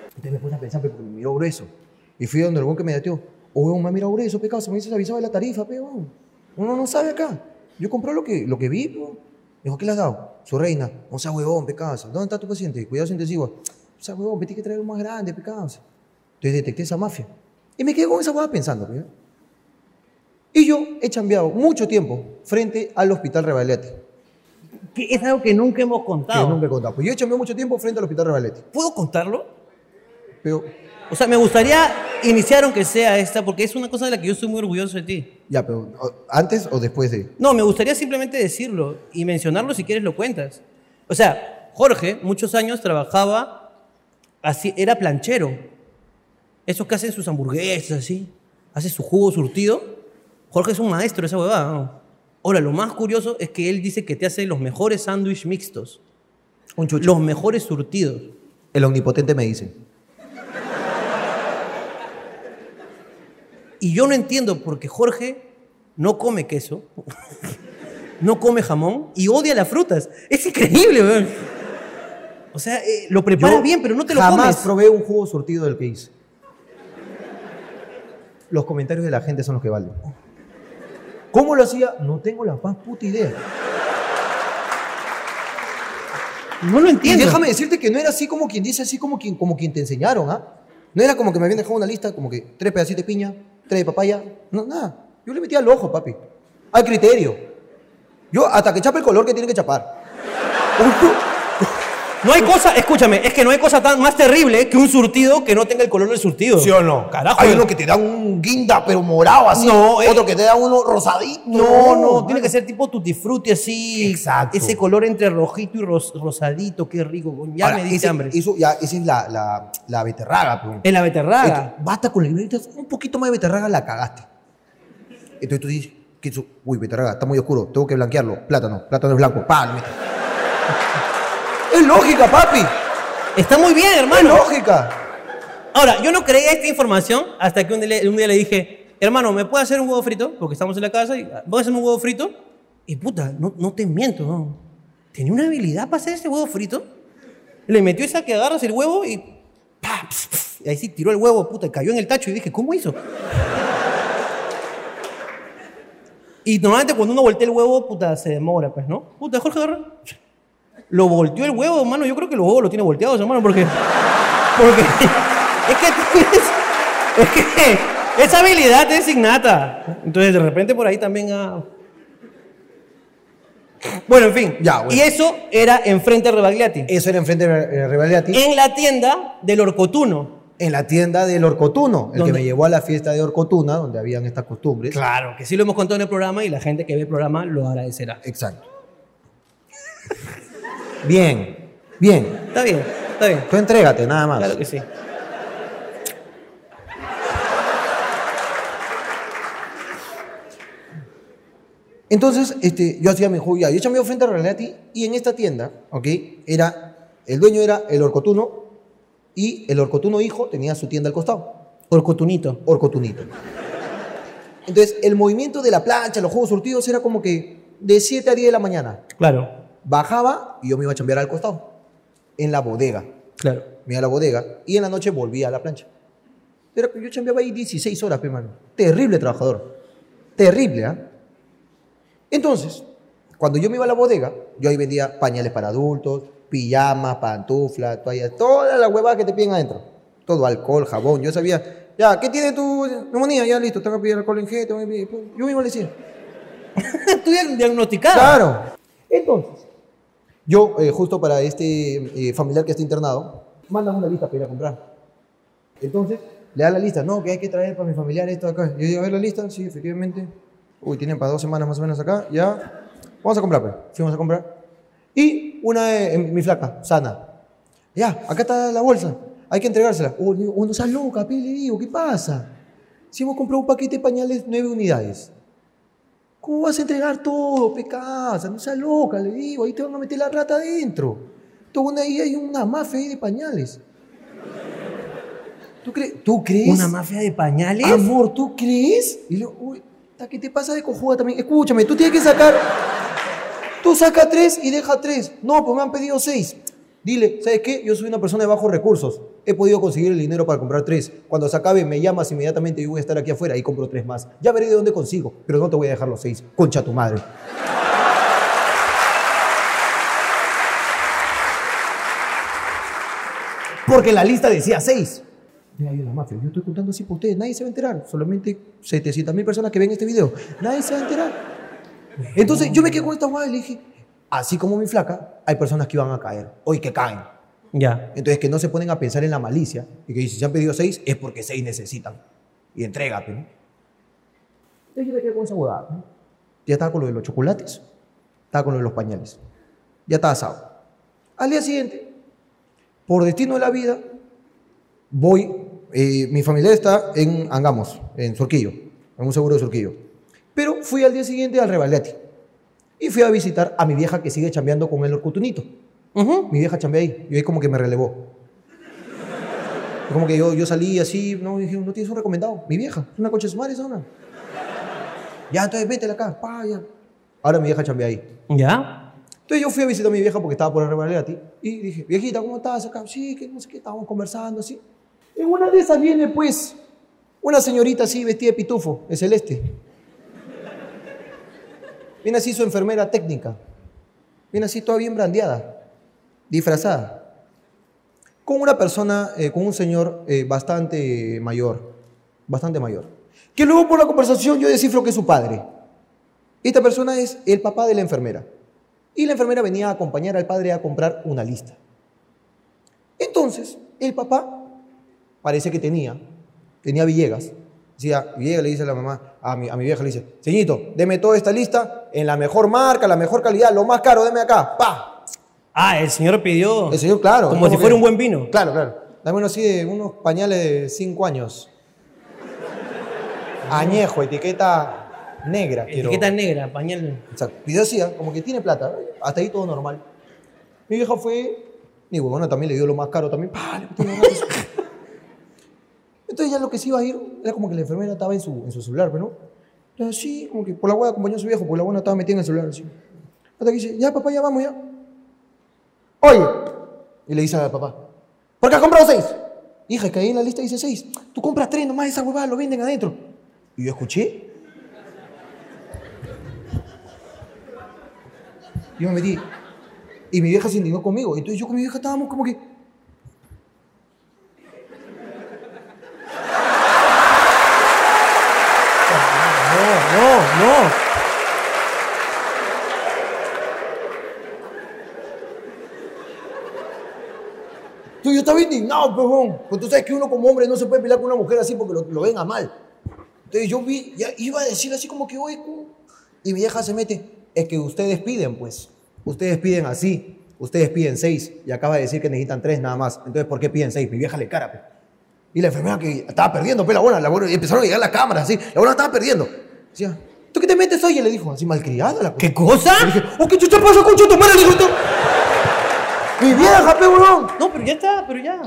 Entonces me puse a pensar, pe, porque me miró grueso. Y fui donde el buen que me dateó. Oh, weón, me ha mirado grueso, pecado. Se me dice avisaba de la tarifa, pe, weón. Uno no sabe acá. Yo compré lo que, lo que vi, pe, weón. Me Dijo, ¿qué le has dado? Su reina. No sea huevón, pecado. ¿Dónde está tu paciente? Cuidados intensivos. O sea, huevón, me tiene que traer uno más grande, pecado. Entonces detecté esa mafia. Y me quedé con esa hueá pensando, pe, weón. Y yo he chambeado mucho tiempo frente al Hospital Revalete.
Que es algo que nunca hemos contado.
Que nunca he contado. Pues yo he chambeado mucho tiempo frente al Hospital Revalete.
¿Puedo contarlo?
Pero,
O sea, me gustaría iniciar aunque sea esta, porque es una cosa de la que yo estoy muy orgulloso de ti.
ya, pero o- antes o después de.
No, me gustaría simplemente decirlo y mencionarlo si quieres lo cuentas. O sea, Jorge, muchos años trabajaba, así, era planchero. Esos que hacen sus hamburguesas, así, hace su jugo surtido. Jorge es un maestro de esa huevada. ¿no? Ahora, lo más curioso es que él dice que te hace los mejores sándwich mixtos,
Un chucho.
los mejores surtidos.
El omnipotente me dice.
Y yo no entiendo porque Jorge no come queso. no come jamón y odia las frutas. Es increíble, weón. O sea, eh, lo prepara
Yo
bien, pero no te lo
Jamás
comes.
probé un jugo surtido del que hice. Los comentarios de la gente son los que valen. ¿Cómo lo hacía? No tengo la más puta idea.
No lo
Y
entiendo.
déjame decirte que no era así como quien dice, así como quien, como quien te enseñaron, ¿ah? No era como que me habían dejado una lista, como que tres pedacitos de piña, tres de papaya, no, nada. Yo le metía al ojo, papi. Al criterio. Yo hasta que chape el color que tiene que chapar.
No hay cosa, escúchame, es que no hay cosa tan más terrible que un surtido que no tenga el color del surtido.
¿Sí o no?
Carajo.
Hay uno que te da un guinda, pero morado así.
No, eh.
Otro que te da uno rosadito.
No, no, tiene
mano.
que ser tipo tutti frutti así.
Exacto.
Ese color entre rojito y ros- rosadito, qué rico. weón. Ya
Ahora,
me diste
ese-
hambre.
Eso ya, esa es la, la, la beterraga, pues. pero.
En la beterraga.
Entonces, basta con la libreta, un poquito más de beterraga la cagaste. Entonces tú dices, ¿qué es eso? uy, beterraga, está muy oscuro, tengo que blanquearlo. Plátano, plátano es blanco, pa, le metes. es lógica, papi,
Está muy bien,
es
hermano.
lógica.
Ahora, yo no creía esta información hasta que un día, le- un día le dije, hermano, ¿me puede hacer un huevo frito? Porque estamos en la casa y voy a hacerme un huevo frito. Y puta, no, no te miento, no. Tenía una habilidad para hacer ese huevo frito. Le metió esa que agarras el huevo y... pa, pf, pf, y ahí sí tiró el huevo, puta, y cayó en el tacho y dije, ¿cómo hizo? Y normalmente cuando uno voltea el huevo, puta, se demora, pues, ¿no? Puta, Jorge agarra. Lo volteó el huevo, hermano. Yo creo que los huevos lo tiene volteados, hermano, porque. Porque. Es que. tienes- Es que. Esa habilidad es innata. Entonces, de repente por ahí también. ah. Bueno, en fin.
Ya, bueno.
Y eso era enfrente de Rebagliati.
Eso era enfrente de la rivalidad
En la tienda del Orcotuno.
en la tienda del Orcotuno, el
¿Dónde?
que me llevó a la fiesta de Orcotuna, donde habían estas costumbres.
Claro, que sí lo hemos contado en el programa y la gente que ve el programa lo agradecerá.
Exacto. bien, bien.
Está bien, está bien.
Tú entrégate, nada más.
Claro que sí.
Entonces, este, yo hacía mi juego ya. Yo echaba mi ofrenda a Regalati y en esta tienda, ¿ok? Era, el dueño era el Orcotuno y el Orcotuno hijo tenía su tienda al costado,
Orcotunito.
Orcotunito. Entonces, el movimiento de la plancha, los juegos surtidos, era como que de 7 a 10 de la mañana.
Claro,
Bajaba y yo me iba a chambear al costado, en la bodega.
claro.
Me iba a la bodega y en la noche volvía a la plancha. Pero yo chambeaba ahí 16 horas, pe, mano. Terrible trabajador. Terrible, ¿ah? Entonces, cuando yo me iba a la bodega, yo ahí vendía pañales para adultos, pijamas, pantuflas, toallas, todas las huevadas que te piden adentro. Todo alcohol, jabón. Yo sabía, ya, ¿qué tiene tu neumonía? Ya, listo, tengo que pedir alcohol en gel. tengo que pedir- Yo mismo le decía.
Tú ya diagnosticado.
Claro. Entonces, yo, eh, justo para este eh, familiar que está internado, mandan una lista para ir a comprar. Entonces, le dan la lista, no, que hay que traer para mi familiar esto acá. Yo digo, a ver la lista, sí, efectivamente. Uy, tienen para dos semanas más o menos acá, ya. Vamos a comprar, pues. Fuimos a comprar. Y una, de- eh, mi flaca, sana. Ya, acá está la bolsa, hay que entregársela. Uy, le digo, oh, no seas loca, pe, le digo, ¿qué pasa? Si hemos comprado un paquete de pañales, nueve unidades. ¿Cómo vas a entregar todo, pecaza? No seas loca, le digo, ahí te van a meter la rata adentro. Tú una ahí hay una mafia ahí de pañales. ¿Tú, cre- ¿Tú crees?
¿Una mafia de pañales?
Amor, ¿tú crees? Y le digo, uy, ta, ¿qué te pasa de cojuda también? Escúchame, tú tienes que sacar. Tú saca tres y deja tres. No, pues me han pedido seis. Dile, ¿sabes qué? Yo soy una persona de bajos recursos. He podido conseguir el dinero para comprar tres. Cuando se acabe, me llamas inmediatamente. Yo voy a estar aquí afuera y compro tres más. Ya veré de dónde consigo, pero no te voy a dejar los seis. Concha tu madre. Porque la lista decía seis. Ya, yo la mafia. Yo estoy contando así por ustedes. Nadie se va a enterar. Solamente 700 mil personas que ven este video. Nadie se va a enterar. Entonces yo me quedé con esta guay y le dije, así como mi flaca, hay personas que van a caer. Hoy que caen.
Ya.
Entonces que no se ponen a pensar en la malicia y que si se han pedido seis es porque seis necesitan. Y entrégate. ¿no? Entonces yo me quedé con esa huevada. ¿no? Ya estaba con lo de los chocolates. Estaba con lo de los pañales. Ya estaba asado. Al día siguiente, por destino de la vida, voy, eh, mi familia está en Angamos, en Surquillo, en un seguro de Surquillo. Pero fui al día siguiente al Rebalati y fui a visitar a mi vieja que sigue chambeando con el Orcutunito.
Ujú.
Mi vieja chambea ahí, y ahí como que me relevó. Como que yo, yo salí así, no, y dije, no tienes un recomendado. Mi vieja, es una coche de su madre, esa onda. Ya, entonces vete acá, pa, ya. Ahora mi vieja chambea ahí.
¿Ya?
Entonces yo fui a visitar a mi vieja porque estaba por arriba de ti y dije, viejita, ¿cómo estás acá? Sí, que no sé qué, estábamos conversando así. En una de esas viene pues una señorita así vestida de pitufo, de celeste. Viene así su enfermera técnica. Viene así toda bien brandeada, disfrazada. Con una persona, eh, con un señor eh, bastante mayor, bastante mayor. Que luego por la conversación yo descifro que es su padre. Esta persona es el papá de la enfermera. Y la enfermera venía a acompañar al padre a comprar una lista. Entonces, el papá parece que tenía, tenía Villegas. Decía, Villegas le dice a la mamá, a mi, a mi vieja le dice, Señito, deme toda esta lista en la mejor marca, la mejor calidad, lo más caro, deme acá. ¡Pa!
Ah, el señor pidió.
El señor, claro.
Como si
que-
fuera un buen vino.
Claro, claro. Dame uno así de unos pañales de 5 años. Añejo, etiqueta negra. quiero.
Etiqueta negra, pañal.
O sea, pidió así, ¿ah? como que tiene plata. Hasta ahí todo normal. Mi vieja fue. Mi huevona también le dio lo más caro también. ¡Pah! Le metió los gatos. Entonces ya lo que se iba a ir era como que la enfermera estaba en su, en su celular, pero no. Entonces así, como que por la hueá acompañó a su viejo, porque la hueá estaba metida en el celular. Así. Hasta que dice, ya papá, ya vamos ya. Oye. Y le dice al papá, ¿por qué has comprado seis? Hija, es que ahí en la lista dice seis. Tú compras tres nomás, esa huevada lo venden adentro. Y yo escuché Yo me metí. Y mi vieja se indignó conmigo. Entonces yo con mi vieja estábamos como que. No, no, no. Entonces yo estaba indignado, pejón. Pues tú sabes que uno como hombre no se puede pelear con una mujer así porque lo, lo ven a mal. Entonces yo vi, ya iba a decir así como que, oye, cu-". y mi vieja se mete. Es que ustedes piden, pues. Ustedes piden así. Ustedes piden seis. Y acaba de decir que necesitan tres nada más. Entonces, ¿por qué piden seis? Mi vieja le cara, pues. Y la enfermera que estaba perdiendo, pues la buena, la buena, y empezaron a llegar las cámaras, así. La buena estaba perdiendo. Decía, ¿tú qué te metes hoy? Y le dijo, así malcriada la
¿Qué
cosa.
cosa?
Le dije, oh, ¿qué chucha pasa, concha de tu madre? Le digo, "Tú". Mi vieja, pe, huevón.
No, pero ya está, pero ya.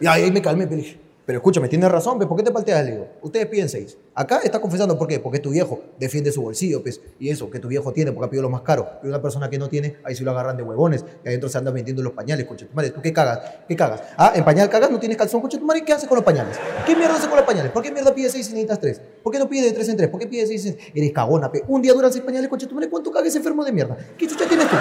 Y ahí ahí me calmé, pero dije, pero escúchame, tienes razón, pues, ¿por qué te palteas? Le digo, ustedes piden seis. Acá está confesando, ¿por qué? Porque tu viejo defiende su bolsillo, pues, y eso, que tu viejo tiene, porque ha pedido lo más caro. Pero una persona que no tiene, ahí sí lo agarran de huevones, y adentro se andan vendiendo los pañales, coche tu madre, ¿tú qué cagas? ¿Qué cagas? Ah, en pañal cagas, no tienes calzón, coche tu madre, ¿qué haces con los pañales? ¿Qué mierda haces con los pañales? ¿Por qué mierda pides seis y necesitas tres? ¿Por qué no pides de tres en tres? ¿Por qué pides seis en Eres cagona, pe. Un día duran seis pañales, coche tu madre, ¿cuánto cagues enfermo de mierda? ¿Qué chucha tienes tú?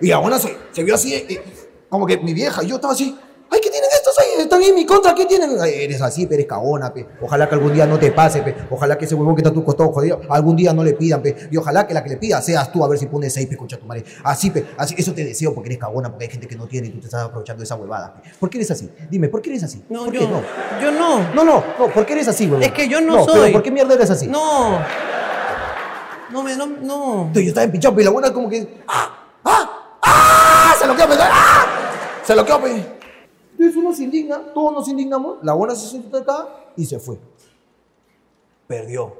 Y la buena se, se vio así, eh, eh, como que mi vieja, y yo estaba así. Ay, ¿qué tienen estos ahí? Están en mi contra, ¿qué tienen? Ay, eres así, pero eres cagona, pe. Ojalá que algún día no te pase, pe. Ojalá que ese huevón que está a tu costado, jodido, algún día no le pidan, pe. Y ojalá que la que le pida seas tú, a ver si pones seis, pe, concha tu madre. Así, pe. Así, eso te deseo porque eres cagona, porque hay gente que no tiene y tú te estás aprovechando de esa huevada, pe. ¿Por qué eres así? Dime, ¿por qué eres así?
No,
¿Por
yo
qué
no. Yo no.
No, no, no, ¿por qué eres así, huevón?
Es que yo no soy.
Pero ¿por qué mierda eres así?
No. No me, no, no.
Entonces yo estaba empichado, y la buena como que. ¡Ah! ¡Ah! ¡Ah! Se lo quedó, pe, ¡Ah! Se lo quedó, pe. Entonces uno se indigna, todos nos indignamos. La buena se sentó acá y se fue. Perdió.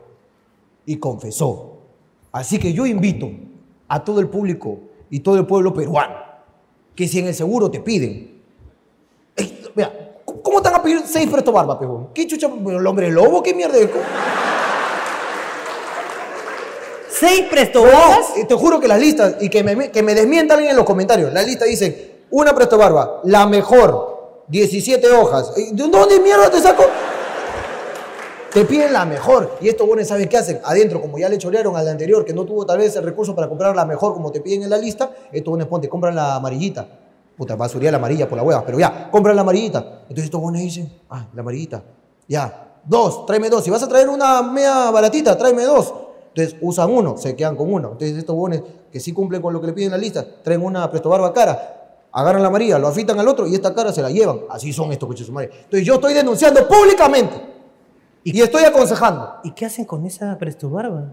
Y confesó. Así que yo invito a todo el público y todo el pueblo peruano que si en el seguro te piden. Ey, Mira, ¿cómo- ¿cómo te van a pedir seis presto barba, pejón? ¿Qué chucha? ¿El hombre lobo? ¿Qué mierda? es? ¿Cómo?
¿Seis prestobarbas?
No, te juro que las listas, y que me, que me desmienta alguien en los comentarios, la lista dice, una presto barba, la mejor, 17 hojas. ¿Y ¿De dónde mierda te saco? Te piden la mejor. Y estos buenos saben qué hacen. Adentro, como ya le chorearon al anterior, que no tuvo tal vez el recurso para comprar la mejor como te piden en la lista, estos buenos ponte, compran la amarillita. Puta, basuría la amarilla por la hueva, pero ya, compran la amarillita. Entonces estos buenos dicen, ah, la amarillita, ya. Dos, tráeme dos. Si vas a traer una media baratita, tráeme dos. Entonces usan uno, se quedan con uno. Entonces estos buenos que sí cumplen con lo que le piden en la lista, traen una presto barba cara agarran la María, lo afitan al otro y esta cara se la llevan. Así son estos coches madre. Entonces yo estoy denunciando públicamente y estoy aconsejando.
¿Y qué hacen con esa prestobarba?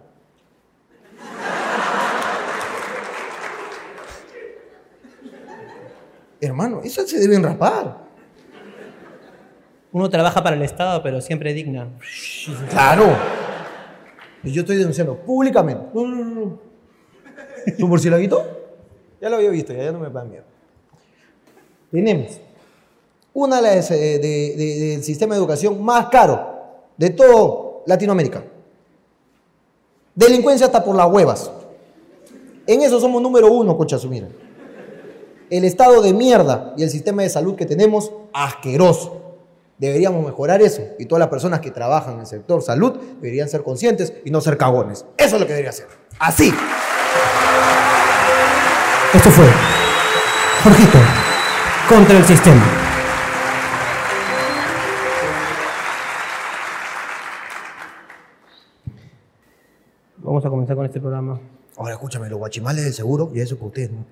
Hermano, eso se deben rapar.
Uno trabaja para el Estado, pero siempre digna.
Claro. Y yo estoy denunciando públicamente. No, no, no, no. ¿Tu murcielaguito? Ya lo había visto, ya, ya no me da miedo. Tenemos una de las, eh, de- de- del sistema de educación más caro de todo Latinoamérica. Delincuencia hasta por las huevas. En eso somos número uno, Conchasumira. El estado de mierda y el sistema de salud que tenemos, asqueroso. Deberíamos mejorar eso. Y todas las personas que trabajan en el sector salud deberían ser conscientes y no ser cagones. Eso es lo que debería ser. Así. Esto fue Jorgito contra el sistema.
Vamos a comenzar con este programa.
Ahora escúchame, los guachimales del seguro, y eso para ustedes, ¿no?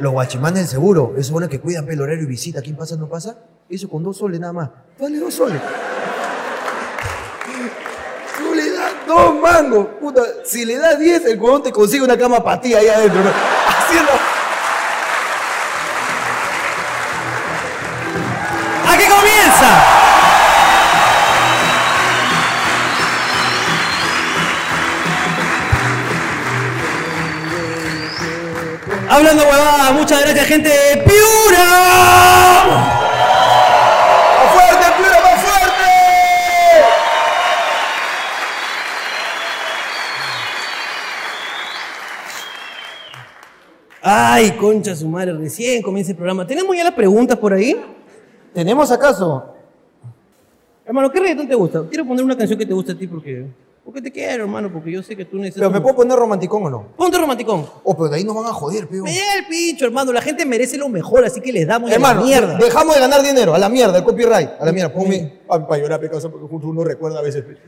Los guachimales del seguro, esos buenos que cuidan pe, el horario y visita, ¿quién pasa, no pasa? Eso con dos soles nada más. Vale dos soles. Tú le das dos mangos, puta. Si le das diez, el huevón te consigue una cama para ti ahí adentro, ¿no? Así es la-
¡Aquí comienza! Hablando huevadas, muchas gracias gente de Piura.
¡Más fuerte, Piura, más fuerte!
Ay, concha su madre, recién comienza el programa. ¿Tenemos ya las preguntas por ahí?
¿Tenemos acaso?
Hermano, ¿qué reggaetón te gusta? Quiero poner una canción que te gusta a ti porque, porque te quiero, hermano, porque yo sé que tú necesitas...
¿Pero me
un-
puedo poner romanticón o no?
Ponte romanticón.
Oh, pero de ahí nos van a joder, peo.
Me llega el pincho, hermano. La gente merece lo mejor, así que les damos
Hermano,
la mierda.
dejamos de ganar dinero, a la mierda, el copyright, a la mierda. Ponme, ah, para llorar, Picasso, porque justo uno recuerda a veces. pe.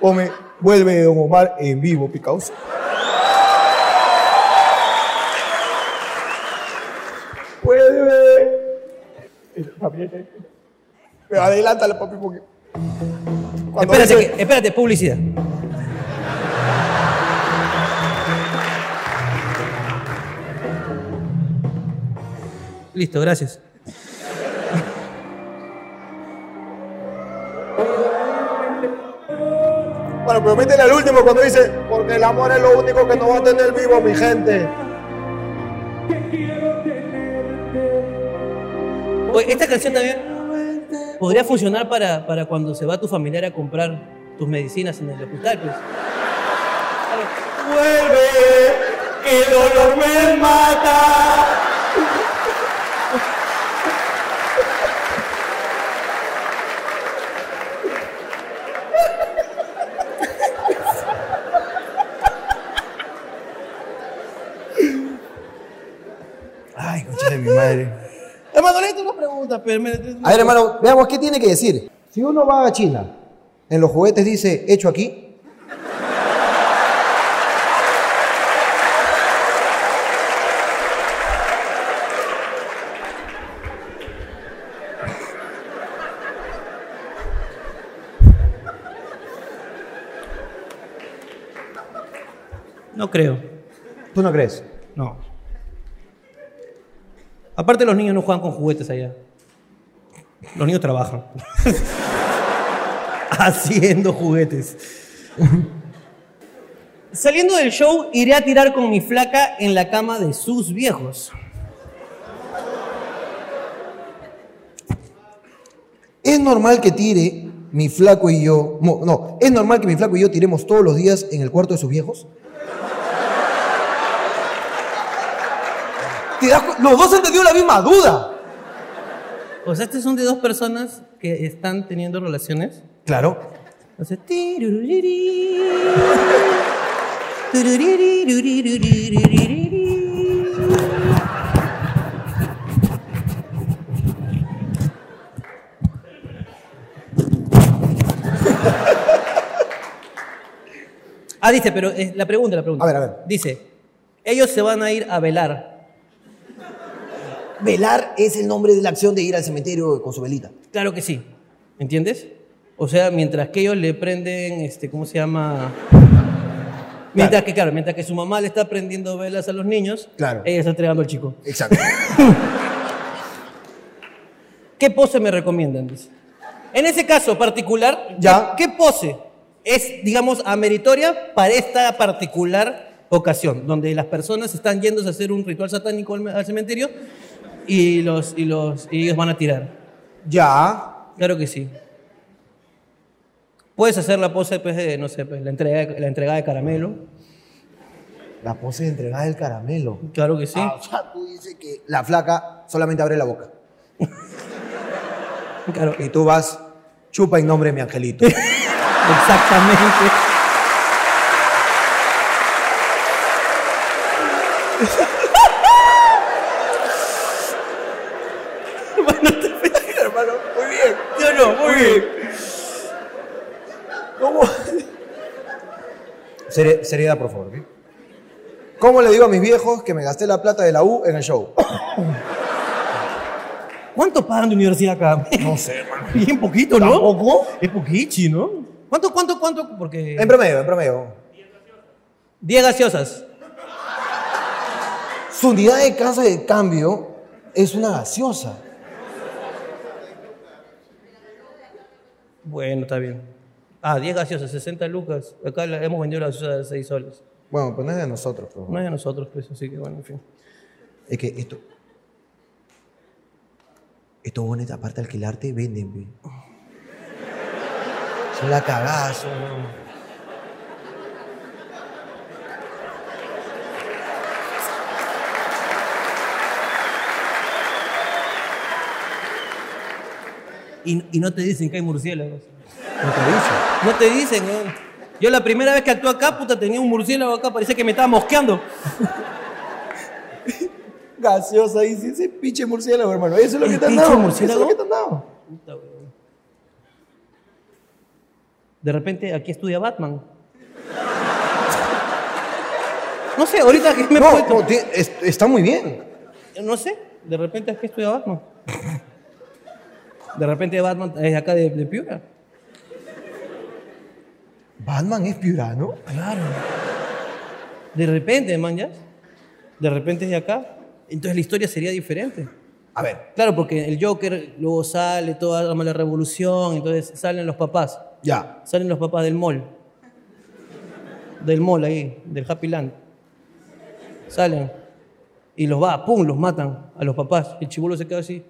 Ponme, vuelve Don Omar en vivo, Picasso. Vuelve. Pero adelántale, papi, porque. cuando
Espérate,
dice-
que- espérate, publicidad. Listo, gracias.
Bueno, pero meten el último cuando dice, porque el amor es lo único que nos va a tener vivo, mi gente.
Oye, esta canción también podría funcionar para, para cuando se va tu familiar a comprar tus medicinas en el hospital. pues.
Vuelve, que el dolor me mata.
Ay, concha de mi madre.
Hermano, le una pregunta, pero me-
A ver, hermano, veamos qué tiene que decir. Si uno va a China, en los juguetes dice hecho aquí.
No creo.
¿Tú no crees?
No. Aparte los niños no juegan con juguetes allá. Los niños trabajan. Haciendo juguetes. Saliendo del show, iré a tirar con mi flaca en la cama de sus viejos.
Es normal que tire mi flaco y yo. mo- No, es normal que mi flaco y yo tiremos todos los días en el cuarto de sus viejos. ¿Te das cu- los dos entendieron la misma duda.
O sea, estos son de dos personas que están teniendo relaciones.
Claro.
Entonces, tirururiri, turuririruririruriririri. Ah, dice, pero eh, la pregunta, la pregunta.
A ver, a ver.
Dice, ellos se van a ir a velar.
Velar es el nombre de la acción de ir al cementerio con su velita.
Claro que sí. ¿Entiendes? O sea, mientras que ellos le prenden, este, ¿cómo se llama? Mientras que, claro, mientras que su mamá le está prendiendo velas a los niños,
Claro.
ella está entregando al chico.
Exacto.
¿Qué pose me recomiendan? Dice. En ese caso particular,
Ya.
¿qué, qué pose es, digamos, ameritoria para esta particular ocasión? Donde las personas están yéndose a hacer un ritual satánico al, al cementerio y, los, y, los, y ellos van a tirar.
Ya.
Claro que sí. Puedes hacer la pose, pues, de, no sé, pues, la entrega, de- la entrega de caramelo.
La pose de entregar el caramelo.
Claro que sí.
Ah, o sea, tú dices que la flaca solamente abre la boca.
Claro.
Y tú vas, chupa en nombre de mi angelito.
Exactamente.
hermano, muy bien.
Yo no, muy bien.
¿Cómo? Seri- seriedad, por favor. ¿ok? ¿Cómo le digo a mis viejos que me gasté la plata de la U en el show?
¿Cuánto pagan de universidad acá?
No sé, hermano.
Bien poquito, ¿no?
¿Tampoco?
Es poquichi, ¿no? ¿Cuánto, cuánto, cuánto? Porque.
En promedio, en promedio.
10 gaseosas.
Su unidad de casa de cambio es una gaseosa.
Bueno, está bien. Ah, 10 gaseosas, 60 lucas. Acá la- hemos vendido la gaseosa de 6 soles.
Bueno, pues no es de nosotros, por favor.
No es de nosotros, pues, así que bueno, en fin.
Es que esto. Estos bones, aparte de alquilarte, venden, güey. Son la cagazo,
Y, y no te dicen que hay murciélagos.
No te dice.
No te dicen, weón. Yo la primera vez que actué acá, puta, tenía un murciélago acá, parecía que me estaba mosqueando.
Gaseosa, dice ese pinche murciélago, hermano. Eso es lo
¿El
que te han
pinche
dado. Eso es
murciélago?
lo que te han dado.
Puta, weón. De repente aquí estudia Batman. No sé, ahorita que me he
No,
puesto-
no, ti- es- está muy bien.
No sé, de repente aquí estudia Batman. De repente Batman es acá de, de Piura.
Batman es piurano.
Claro. De repente, man, ya. De repente es de acá. Entonces la historia sería diferente.
A ver,
Claro, porque el Joker luego sale, toda arma la revolución, entonces salen los papás.
ya.
Salen los papás del mall. Del mall ahí, del Happy Land. Salen. Y los va, pum, los matan a los papás. El chibolo se queda así.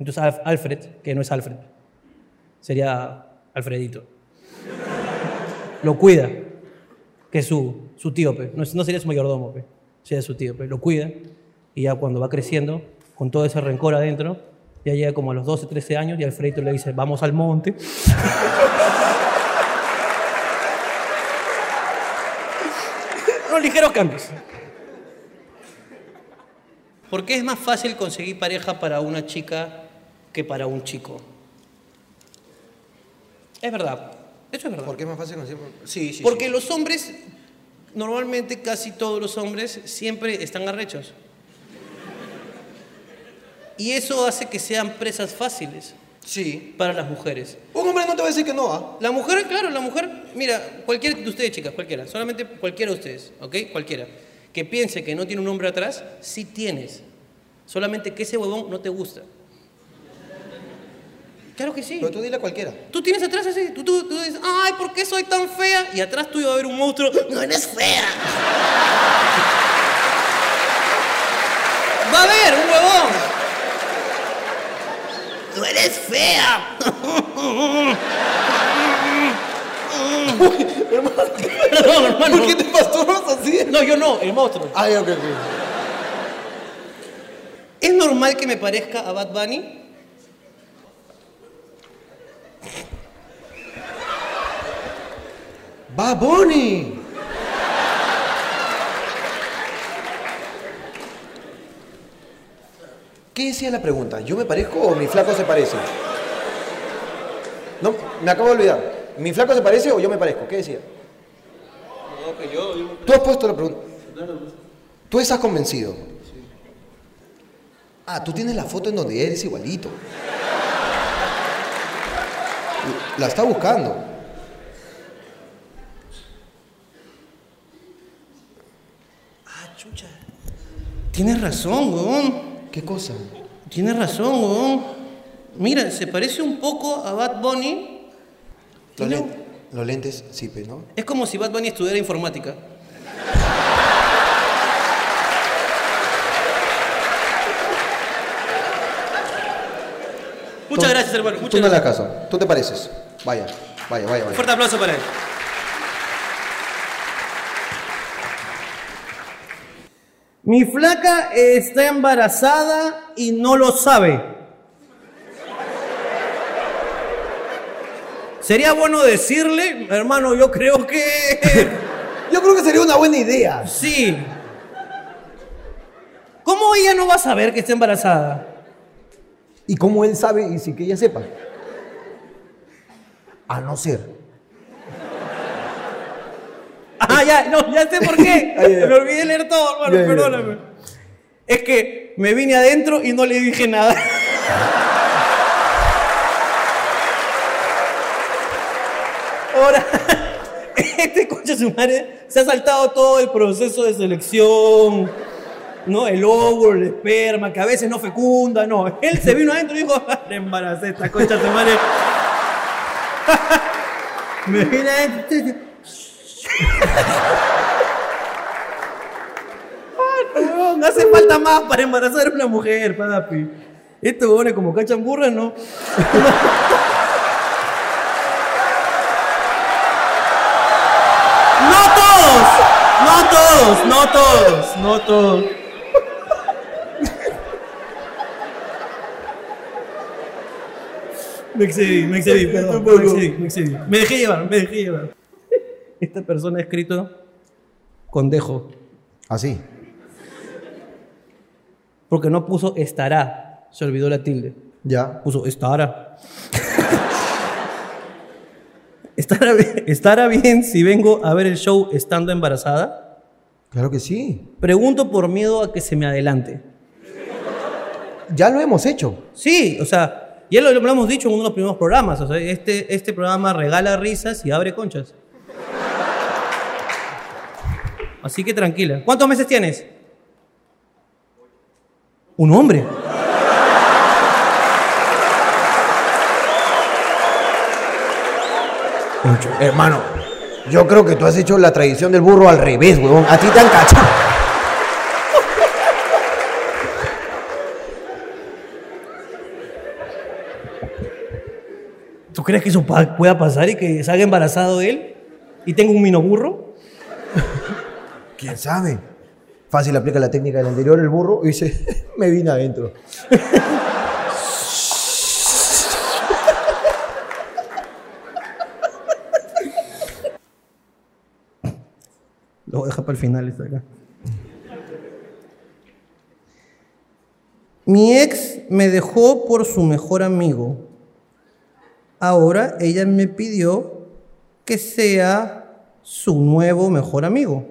Entonces Alf- Alfred, que no es Alfred, sería Alfredito. Lo cuida, que es su, su tío, pe. No, es- no sería su mayordomo, pe. sería su tío, pe. lo cuida. Y ya cuando va creciendo, con todo ese rencor adentro, ya llega como a los 12, 13 años y Alfredito le dice, vamos al monte. unos ligeros cambios. ¿Por qué es más fácil conseguir pareja para una chica que para un chico? Es verdad. Eso es verdad.
qué es más fácil conseguir? Sí, sí.
Porque los hombres, normalmente casi todos los hombres, siempre están arrechos. Y eso hace que sean presas fáciles
Sí.
para las mujeres.
Un hombre no te va a decir que no, ¿ah?
La mujer, claro, la mujer, mira, cualquiera de ustedes, chicas, cualquiera, solamente cualquiera de ustedes, ¿ok? Cualquiera, que piense que no tiene un hombre atrás, sí tienes. Solamente que ese huevón no te gusta. Claro que sí.
Pero tú dile a cualquiera.
Tú tienes atrás así, tú, tú, tú dices, ay, ¿por qué soy tan fea? Y atrás tuyo va a haber un monstruo, no eres fea. Va a haber un huevón. No eres fea. Perdón, hermano.
¿Por qué te masturbas así?
No, yo no, el monstruo.
Ay, ok, ok.
¿Es normal que me parezca a Bad Bunny?
¡Va, Bonnie! ¿Qué decía la pregunta? ¿Yo me parezco o mi flaco se parece? No, me acabo de olvidar. ¿Mi flaco se parece o yo me parezco? ¿Qué decía? Tú has puesto la pregunta. Tú estás convencido. Ah, tú tienes la foto en donde eres igualito. La está buscando.
Ah, chucha. Tienes razón, huevón.
¿Qué cosa?
Tienes razón, huevón. Mira, se parece un poco a Bad Bunny.
Los,
Tiene-
len- los lentes, sí, pues, ¿no?
Es como si Bad Bunny estudiara informática.
Tú-
Muchas gracias, hermano.
Tú
Muchas
no
gracias.
la caso. Tú te pareces. Vaya. Vaya, vaya,
Un
vaya.
fuerte aplauso para él. Mi flaca está embarazada y no lo sabe. Sería bueno decirle, hermano, yo creo que
Yo creo que sería una buena idea.
sí. ¿Cómo ella no va a saber que está embarazada?
¿Y cómo él sabe y sin que ella sepa? A no ser.
Ah, ya, no, ya sé por qué.
Ah, ya, ya.
Me olvidé leer todo, hermano,
Ya, ya, ya.
perdóname. Es que me vine adentro y no le dije nada. Ahora, este coche su madre se ha saltado todo el proceso de selección, ¿no? El óvulo, el esperma, que a veces no fecunda, no. Él se vino adentro y dijo, "Ah, le embaracé esta concha su madre. Me vine adentro. Huevón, hace falta más para embarazar a una mujer, papi. Estos huevones como cachan burras, ¿no? ¡No todos! ¡No todos! ¡No todos! ¡No todos! Me excedí, me excedí, perdón. Me excedí, me excedí. Me dejé llevar, me dejé llevar. Esta persona ha escrito con dejo.
Así.
Porque no puso estará. Se olvidó la tilde.
Ya.
Puso estará. ¿Estará, bien- ¿Estará bien si vengo a ver el show estando embarazada?
Claro que sí.
Pregunto por miedo a que se me adelante.
Ya lo hemos hecho.
Sí, o sea, ya lo, lo hemos dicho en uno de los primeros programas. O sea, este, este programa regala risas y abre conchas. Así que tranquila. ¿Cuántos meses tienes? Un hombre.
Concho, hermano, yo creo que tú has hecho la tradición del burro al revés, huevón. A ti te han cachado.
¿Tú crees que eso pa- pueda pasar y que salga embarazado él y tenga un minoburro?
¿Quién sabe? Fácil aplica la técnica del anterior, el burro, y dice, me vine adentro.
Lo voy a dejar para el final esta acá. Mi ex me dejó por su mejor amigo. Ahora ella me pidió que sea su nuevo mejor amigo.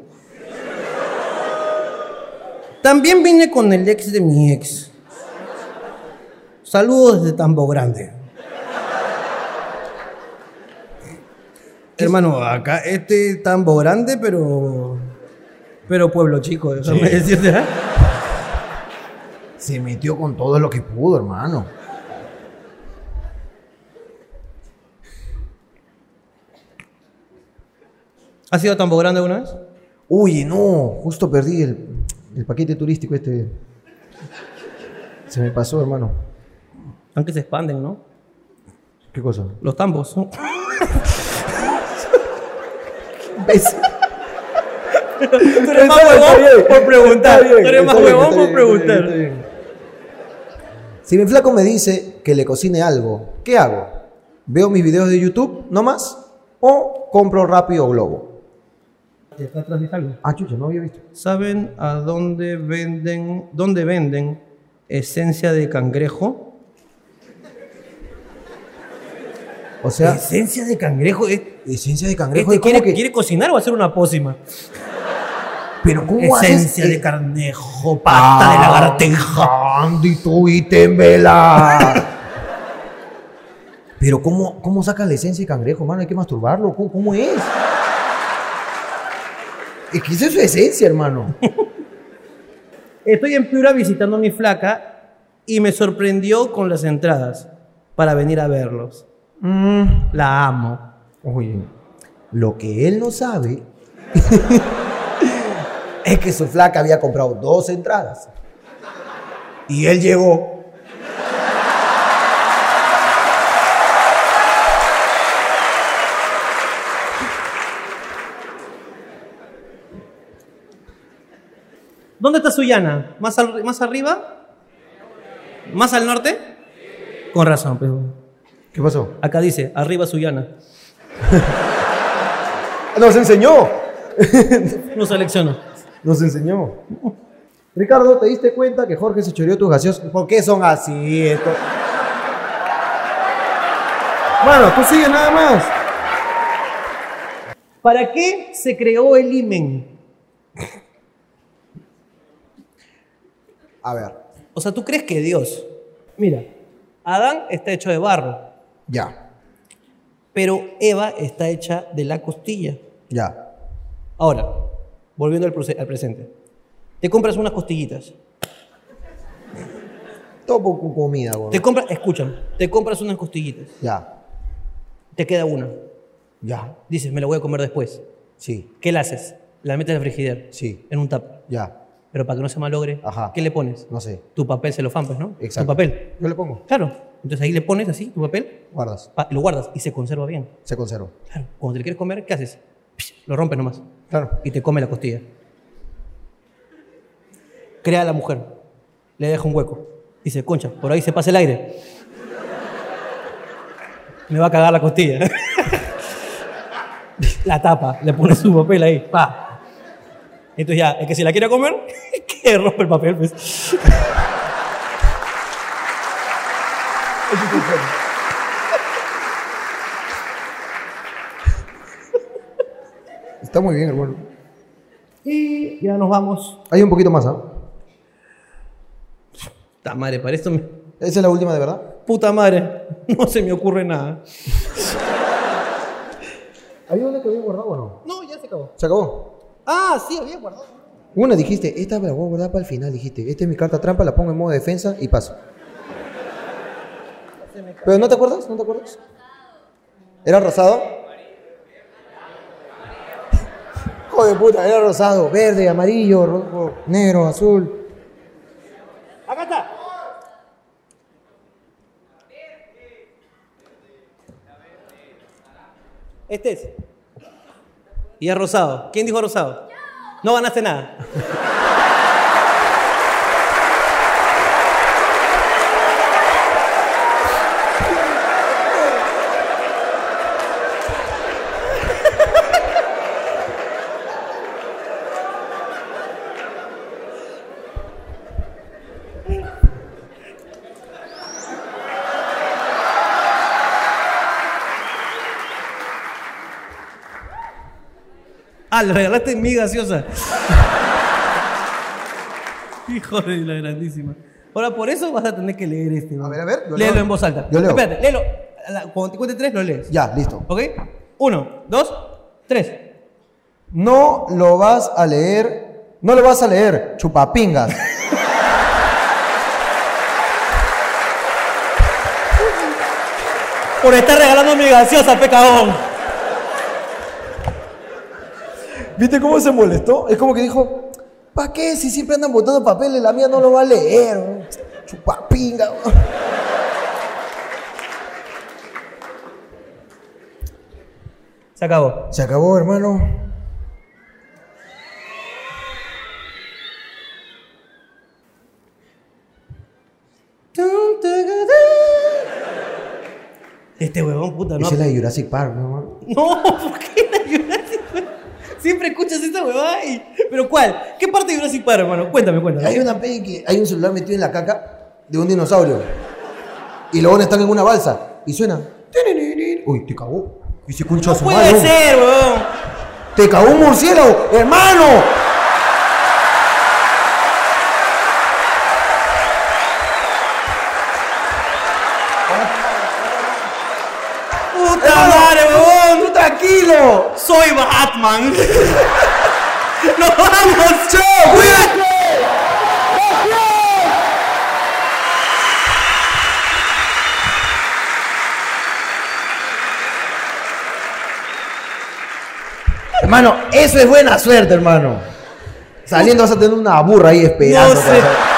También vine con el ex de mi ex. Saludos desde Tambo Grande. Hermano, acá este Tambo Grande, pero. Pero pueblo chico, déjame decirte. ¿ah?
Se metió con todo lo que pudo, hermano.
¿Has sido Tambo Grande alguna vez?
Uy, no, justo perdí el, el paquete turístico este. Se me pasó, hermano.
Aunque se expanden, ¿no?
¿Qué cosa?
Los tambos. ¿no?
¿Ves?
Tú eres más
Está bien, está
huevón
bien.
por preguntar.
Está bien,
Tú eres más
está bien,
huevón
está bien,
por
está bien,
preguntar.
está bien. Si mi flaco me dice que le cocine algo, ¿qué hago? ¿Veo mis videos de YouTube nomás? ¿O compro rápido Globo?
Está atrás de algo.
Ah, chucha, no había visto.
¿Saben a dónde venden, dónde venden esencia de cangrejo?
O sea,
¿Esencia de cangrejo? Es-
esencia de cangrejo.
¿Este
¿y cómo
quiere,
que-
quiere cocinar o hacer una pócima?
Pero ¿cómo
Esencia
haces?
de carnejo, pata de lagartija.
Ah, Andy, tú y tembela. Pero ¿cómo, ¿cómo sacas la esencia de cangrejo, hermano? Hay que masturbarlo. ¿Cómo, cómo es? Es que esa es su esencia, hermano.
Estoy en Piura visitando a mi flaca y me sorprendió con las entradas para venir a verlos.
Mm.
La amo.
Oye, lo que él no sabe es que su flaca había comprado dos entradas. Y él llegó.
¿Dónde está Sullana? ¿Más, al- ¿Más arriba? ¿Más al norte? Con razón, pero
¿Qué pasó?
acá dice, arriba Sullana.
Nos Ah, enseñó.
No selecciono.
Nos enseñó. Ricardo, ¿te diste cuenta que Jorge se choreó tus gaseosas? ¿Por qué son así esto? Bueno, tú sigue nada más.
¿Para qué se creó el IMEN?
A ver,
O sea, ¿tú crees que Dios? Mira, Adán está hecho de barro,
ya,
pero Eva está hecha de la costilla.
ya.
Ahora, volviendo al, proce- al presente. Te compras unas costillitas.
Topo con comida, güey.
Te compras, escúchame, te compras unas costillitas.
Ya,
Te queda una.
ya,
Dices, me la voy a comer después.
sí,
¿Qué la haces? La metes en el frigider.
Sí.
En un tap.
ya,
Pero para que no se malogre,
Ajá.
¿qué le pones?
no sé.
Tu papel se lo pues, ¿no?
Exacto.
Tu papel.
Yo le pongo,
Claro. Entonces ahí le pones así tu papel,
guardas,
pa- lo guardas y se conserva bien.
se conserva.
Claro. Cuando te lo quieres comer, ¿qué haces? Psh, Lo rompes nomás
Claro.
y te come la costilla. Crea a la mujer. Le deja un hueco. Dice, concha, por ahí se pasa el aire. Me va a cagar la costilla. la tapa, le pone su papel ahí. Pa. Entonces ya, es que si la quiere comer, que rompe el papel. pues.
Está muy bien, hermano.
Y ya nos vamos.
Hay un poquito más, ¿ah?
Puta madre, para esto me...
Esa es la última de verdad.
Puta madre, no se me ocurre nada.
¿Había una que había guardado o no?
No, ya se acabó.
¿Se acabó?
Ah, sí, había guardado.
Una dijiste, esta me la voy a guardar para el final, dijiste. Esta es mi carta trampa, la pongo en modo defensa y paso. ¿Pero no te acuerdas? ¿No te acuerdas? ¿Era rosado? Joder puta, era rosado, verde, amarillo, rojo, negro, azul.
Acá está. Este es. Y es rosado. ¿Quién dijo rosado? No ganaste nada. Ah, le regalaste mi gaseosa. Hijo de la grandísima. Ahora, por eso vas a tener que leer este. ¿no?
A ver, a ver, yo
Léelo
leo.
en voz alta.
Yo leo.
Espérate, léelo. A la- Cuando te cuente tres, lo lees.
Ya, listo.
¿Ok? Uno, dos, tres.
No lo vas a leer, no lo vas a leer, chupapingas.
Por estar regalando mi gaseosa, pecadón.
¿Viste cómo se molestó? Es como que dijo, ¿para qué? Si siempre andan botando papeles, la mía no lo va a leer. weón. Chupapinga. weón".
Se acabó.
Se acabó, hermano.
Este huevón, puta, no.
Esa es la de Jurassic Park, ¿no, hermano?
No, ¿por qué la Jurassic Park? Siempre escuchas esta huevada y... ¿Pero cuál? ¿Qué parte de Jurassic Park, hermano? Cuéntame, cuéntame.
Hay una peli que hay un celular metido en la caca de un dinosaurio. Y luego están en una balsa. Y suena. Uy, te cagó. Y se escuchó a su
¡Puede
madre, weón.
ser, huevón!
¡Te cagó un murciélago! ¡Hermano!
¡Puta madre, huevón!
¡Tú tranquilo!
¡Soy Batman! ¡Nos vamos! ¡Chao!
Hermano, eso es buena suerte, hermano. Saliendo vas a tener una burra ahí esperando.
No sé.